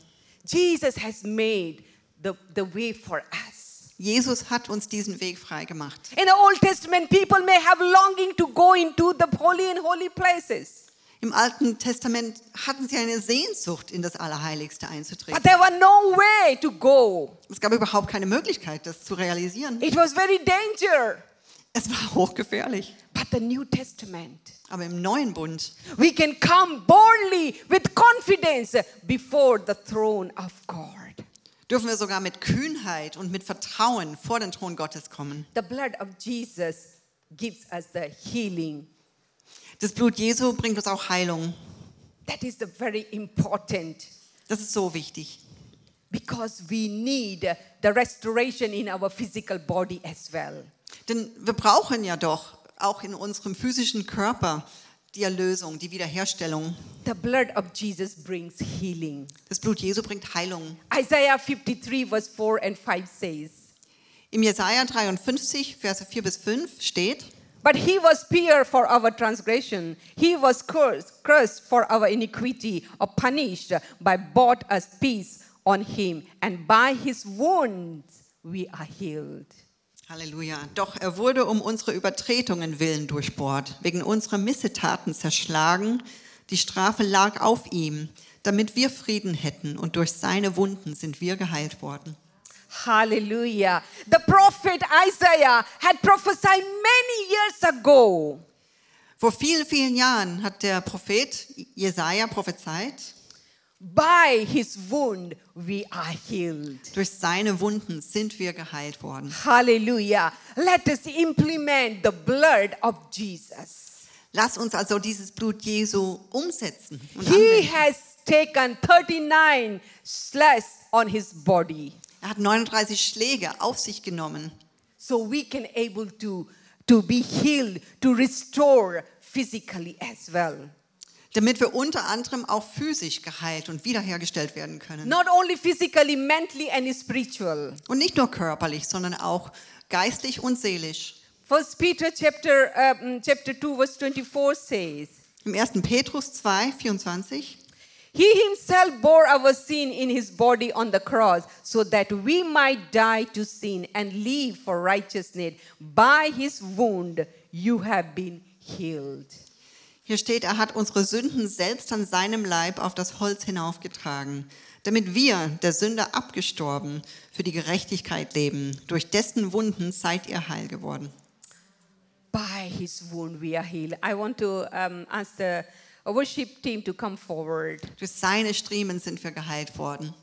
Speaker 2: Jesus has made the, the way for us.
Speaker 1: Jesus hat uns diesen Weg frei gemacht.
Speaker 2: In the Old Testament, people may have longing to go into the holy and holy places,
Speaker 1: Im Alten Testament hatten sie eine Sehnsucht, in das Allerheiligste
Speaker 2: but
Speaker 1: einzutreten.
Speaker 2: there was no way to go.
Speaker 1: Es gab überhaupt keine Möglichkeit, das zu realisieren.
Speaker 2: It was very danger.
Speaker 1: Es war hochgefährlich.
Speaker 2: But the New Testament,
Speaker 1: Aber im neuen Bund
Speaker 2: we can come boldly with confidence before the throne of God.
Speaker 1: dürfen wir sogar mit Kühnheit und mit Vertrauen vor den Thron Gottes kommen.
Speaker 2: The blood of Jesus gives us the healing
Speaker 1: Das Blut Jesu bringt uns auch Heilung.
Speaker 2: That is the very important
Speaker 1: Das ist so wichtig.
Speaker 2: because we need the restoration in our physical body as well.
Speaker 1: Denn wir brauchen ja doch auch in unserem physischen Körper die Erlösung, die Wiederherstellung.
Speaker 2: The blood of Jesus brings healing.
Speaker 1: Das Blut Jesu bringt Heilung.
Speaker 2: Isaiah 53, verse 4 and 5 says,
Speaker 1: Im Jesaja 53, Verse 4 bis 5 steht:
Speaker 2: But he was pierced for our transgression, he was cursed, cursed for our iniquity, or punished by bought us peace on him, and by his wounds we are healed.
Speaker 1: Halleluja. Doch er wurde um unsere Übertretungen willen durchbohrt, wegen unserer Missetaten zerschlagen. Die Strafe lag auf ihm, damit wir Frieden hätten, und durch seine Wunden sind wir geheilt worden.
Speaker 2: Hallelujah. The prophet Isaiah had prophesied many years ago
Speaker 1: Vor vielen, vielen Jahren hat der Prophet Jesaja prophezeit:
Speaker 2: by his wound we are healed.
Speaker 1: Durch seine Wunden sind wir geheilt worden.
Speaker 2: Hallelujah. Let us implement the blood of Jesus.
Speaker 1: Lass uns also dieses Blut Jesu umsetzen. Und
Speaker 2: He
Speaker 1: anwenden.
Speaker 2: has taken 39 slash on his body
Speaker 1: er hat 39 Schläge auf sich genommen.
Speaker 2: so we can able to to be healed to restore physically as well.
Speaker 1: damit wir unter anderem auch physisch geheilt und wiederhergestellt werden können.
Speaker 2: Not only physically, mentally and spiritual.
Speaker 1: Und nicht nur körperlich, sondern auch geistlich und seelisch.
Speaker 2: First Peter chapter uh, mm, chapter 2 verse 24 says
Speaker 1: Im 1. Petrus 2, 24,
Speaker 2: He himself bore our sin in his body on the cross so that we might die to sin and live for righteousness. By his wound you have been healed.
Speaker 1: Hier steht, er hat unsere Sünden selbst an seinem Leib auf das Holz hinaufgetragen, damit wir, der Sünder abgestorben, für die Gerechtigkeit leben. Durch dessen Wunden seid ihr heil geworden.
Speaker 2: By his wound we are healed. I want to um, ask the worship team to come forward.
Speaker 1: Durch seine Striemen sind wir geheilt worden.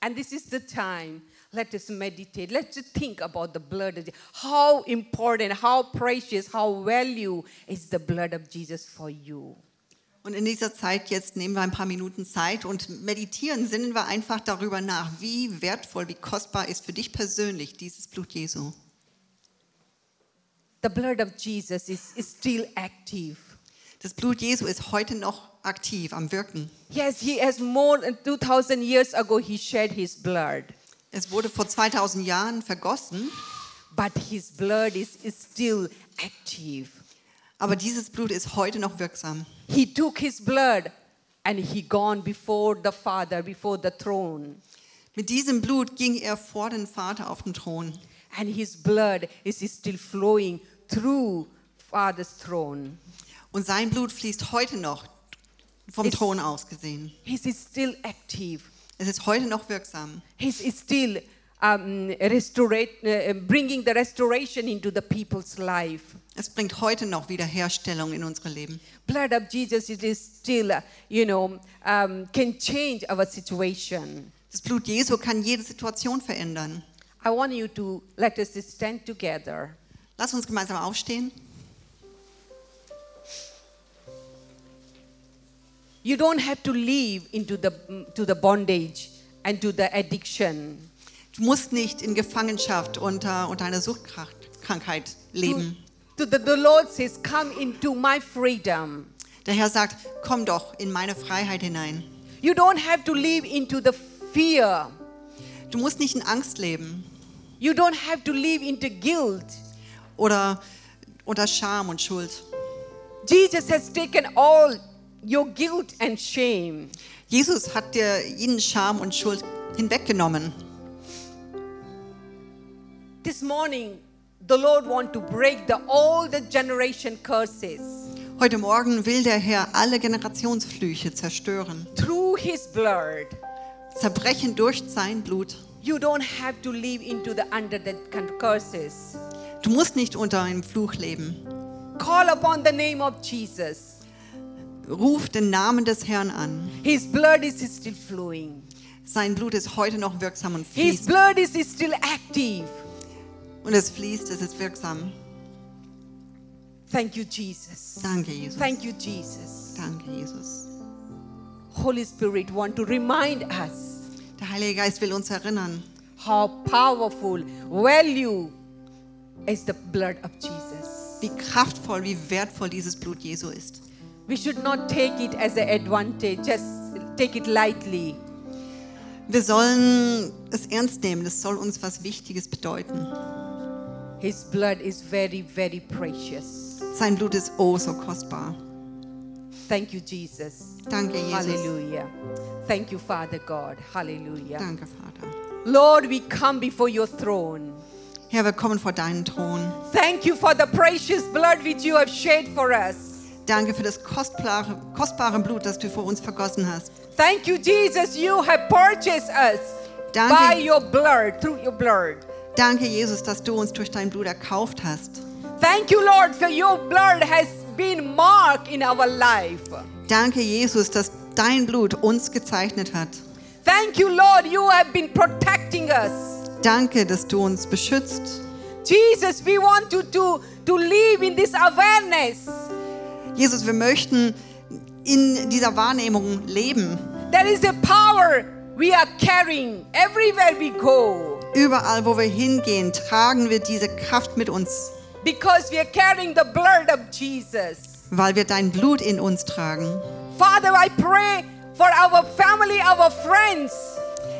Speaker 2: And this is the time. Let us meditate. Let's think about the blood of Jesus. How important, how precious, how value is the blood of Jesus for you.
Speaker 1: Und in dieser Zeit jetzt nehmen wir ein paar Minuten Zeit und meditieren, sinnen wir einfach darüber nach, wie wertvoll, wie kostbar ist für dich persönlich dieses Blut Jesu.
Speaker 2: The blood of Jesus is, is still active.
Speaker 1: Das Blut Jesu ist heute noch aktiv am Wirken.
Speaker 2: Yes, he has more than 2,000 years ago, he shed his blood.
Speaker 1: Es wurde vor 2000 Jahren vergossen,
Speaker 2: But his blood is, is still active.
Speaker 1: aber dieses Blut ist heute noch wirksam.
Speaker 2: He took his blood and he gone before the Father, before the throne.
Speaker 1: Mit diesem Blut ging er vor den Vater auf den Thron.
Speaker 2: And his blood is still flowing through Father's throne.
Speaker 1: Und sein Blut fließt heute noch vom
Speaker 2: Ist-
Speaker 1: Thron aus gesehen.
Speaker 2: He is still active.
Speaker 1: Es ist heute noch wirksam.
Speaker 2: He is still um, restorate, uh, bringing the restoration into the people's life.
Speaker 1: Es bringt heute noch Wiederherstellung in unsere Leben.
Speaker 2: blood of jesus it is still uh, you know um, can change our situation
Speaker 1: Das Blut Jesu kann jede Situation verändern.
Speaker 2: i want you to let us stand together
Speaker 1: Lass uns gemeinsam aufstehen.
Speaker 2: you don't have to live into the to the bondage and to the addiction
Speaker 1: Du musst nicht in Gefangenschaft unter, unter einer Suchtkrankheit leben.
Speaker 2: to the, the lord says come into my freedom
Speaker 1: Der Herr sagt, komm doch in meine Freiheit hinein.
Speaker 2: you don't have to live into the fear
Speaker 1: Du musst nicht in Angst leben
Speaker 2: you don't have to live into guilt
Speaker 1: oder unter Scham und Schuld.
Speaker 2: jesus has taken all your guilt and shame
Speaker 1: Jesus hat dir ihnen Scham und Schuld hinweggenommen.
Speaker 2: This morning, the Lord want to break the all the generation curses
Speaker 1: Heute Morgen will der Herr alle Generationsflüche zerstören,
Speaker 2: through His blood.
Speaker 1: zerbrechen durch sein Blut.
Speaker 2: You don't have to live into the under the con- curses.
Speaker 1: Du musst nicht unter einem Fluch leben.
Speaker 2: Call upon the name of Jesus.
Speaker 1: Ruf den Namen des Herrn an.
Speaker 2: His blood is still flowing.
Speaker 1: Sein Blut ist heute noch wirksam und
Speaker 2: His
Speaker 1: fließt.
Speaker 2: blood is still active.
Speaker 1: Und es fließt, es ist wirksam.
Speaker 2: Thank you, Jesus.
Speaker 1: Danke, Jesus.
Speaker 2: Thank you, Jesus.
Speaker 1: Danke, Jesus.
Speaker 2: Holy Spirit want to remind us
Speaker 1: Der Heilige Geist will uns erinnern,
Speaker 2: how powerful, value is the blood of Jesus.
Speaker 1: wie kraftvoll, wie wertvoll dieses Blut Jesu ist.
Speaker 2: We should not take it as an advantage, just take it lightly.
Speaker 1: Wir sollen es ernst nehmen. Das soll uns was Wichtiges bedeuten.
Speaker 2: His blood is very, very precious.
Speaker 1: Sein Blut ist oh so kostbar.
Speaker 2: Thank you, Jesus.
Speaker 1: Danke, Jesus.
Speaker 2: Hallelujah. Thank you, Father God. Hallelujah.
Speaker 1: Danke, Vater.
Speaker 2: Lord, we come before your throne.
Speaker 1: Herr, wir kommen vor deinen Thron.
Speaker 2: Thank you for the precious blood which you have shed for us.
Speaker 1: Danke für das kostbare, kostbare Blut, das du für uns vergossen hast.
Speaker 2: Thank you, Jesus. You have purchased us
Speaker 1: Danke.
Speaker 2: by your blood, through your blood.
Speaker 1: Danke, Jesus, dass du uns durch dein Blut erkauft hast.
Speaker 2: Thank you, Lord, for your blood has been marked in our life.
Speaker 1: Danke, Jesus, dass dein Blut uns gezeichnet hat.
Speaker 2: Thank you, Lord, you have been protecting us.
Speaker 1: Danke, dass du uns beschützt.
Speaker 2: Jesus, we want to, to, to live in this awareness.
Speaker 1: Jesus, wir möchten in dieser Wahrnehmung leben.
Speaker 2: There is a power we are carrying everywhere we go
Speaker 1: Überall, wo wir hingehen, tragen wir diese Kraft mit uns,
Speaker 2: because we are carrying the blood of Jesus.
Speaker 1: weil wir dein Blut in uns tragen.
Speaker 2: Father, I pray for our family, our friends.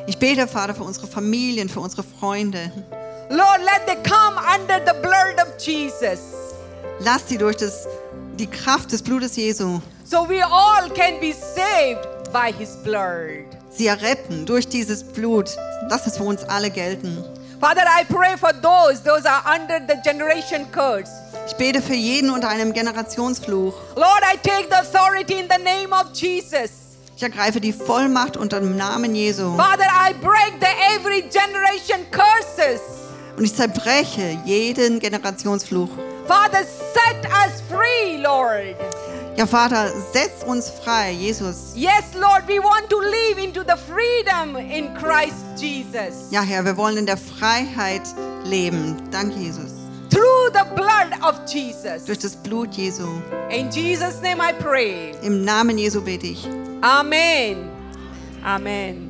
Speaker 1: Ich bete, Vater, für unsere Familien, für unsere Freunde.
Speaker 2: Lord, let they come under the blood of Jesus
Speaker 1: Lass sie durch das, die Kraft des Blutes Jesu,
Speaker 2: so we all can be saved by his blood.
Speaker 1: sie erretten durch dieses Blut. Lass es für uns alle gelten.
Speaker 2: Father, I pray for those, those are under the generation curse.
Speaker 1: Ich bete für jeden unter einem Generationsfluch.
Speaker 2: Lord, I take the authority in the name of Jesus.
Speaker 1: Ich ergreife die Vollmacht unter dem Namen Jesu
Speaker 2: Father, I break the every generation curses.
Speaker 1: und ich zerbreche jeden Generationsfluch.
Speaker 2: Father, set us free, Lord.
Speaker 1: Ja, Vater, setz uns frei, Jesus.
Speaker 2: Yes, Lord, we want to live into the freedom in Christ Jesus.
Speaker 1: Ja, Herr, wir wollen in der Freiheit leben. Danke, Jesus.
Speaker 2: Through the blood of Jesus.
Speaker 1: Durch das Blut Jesu.
Speaker 2: In Jesus' name I pray.
Speaker 1: Im Namen Jesu bete ich.
Speaker 2: Amen. Amen.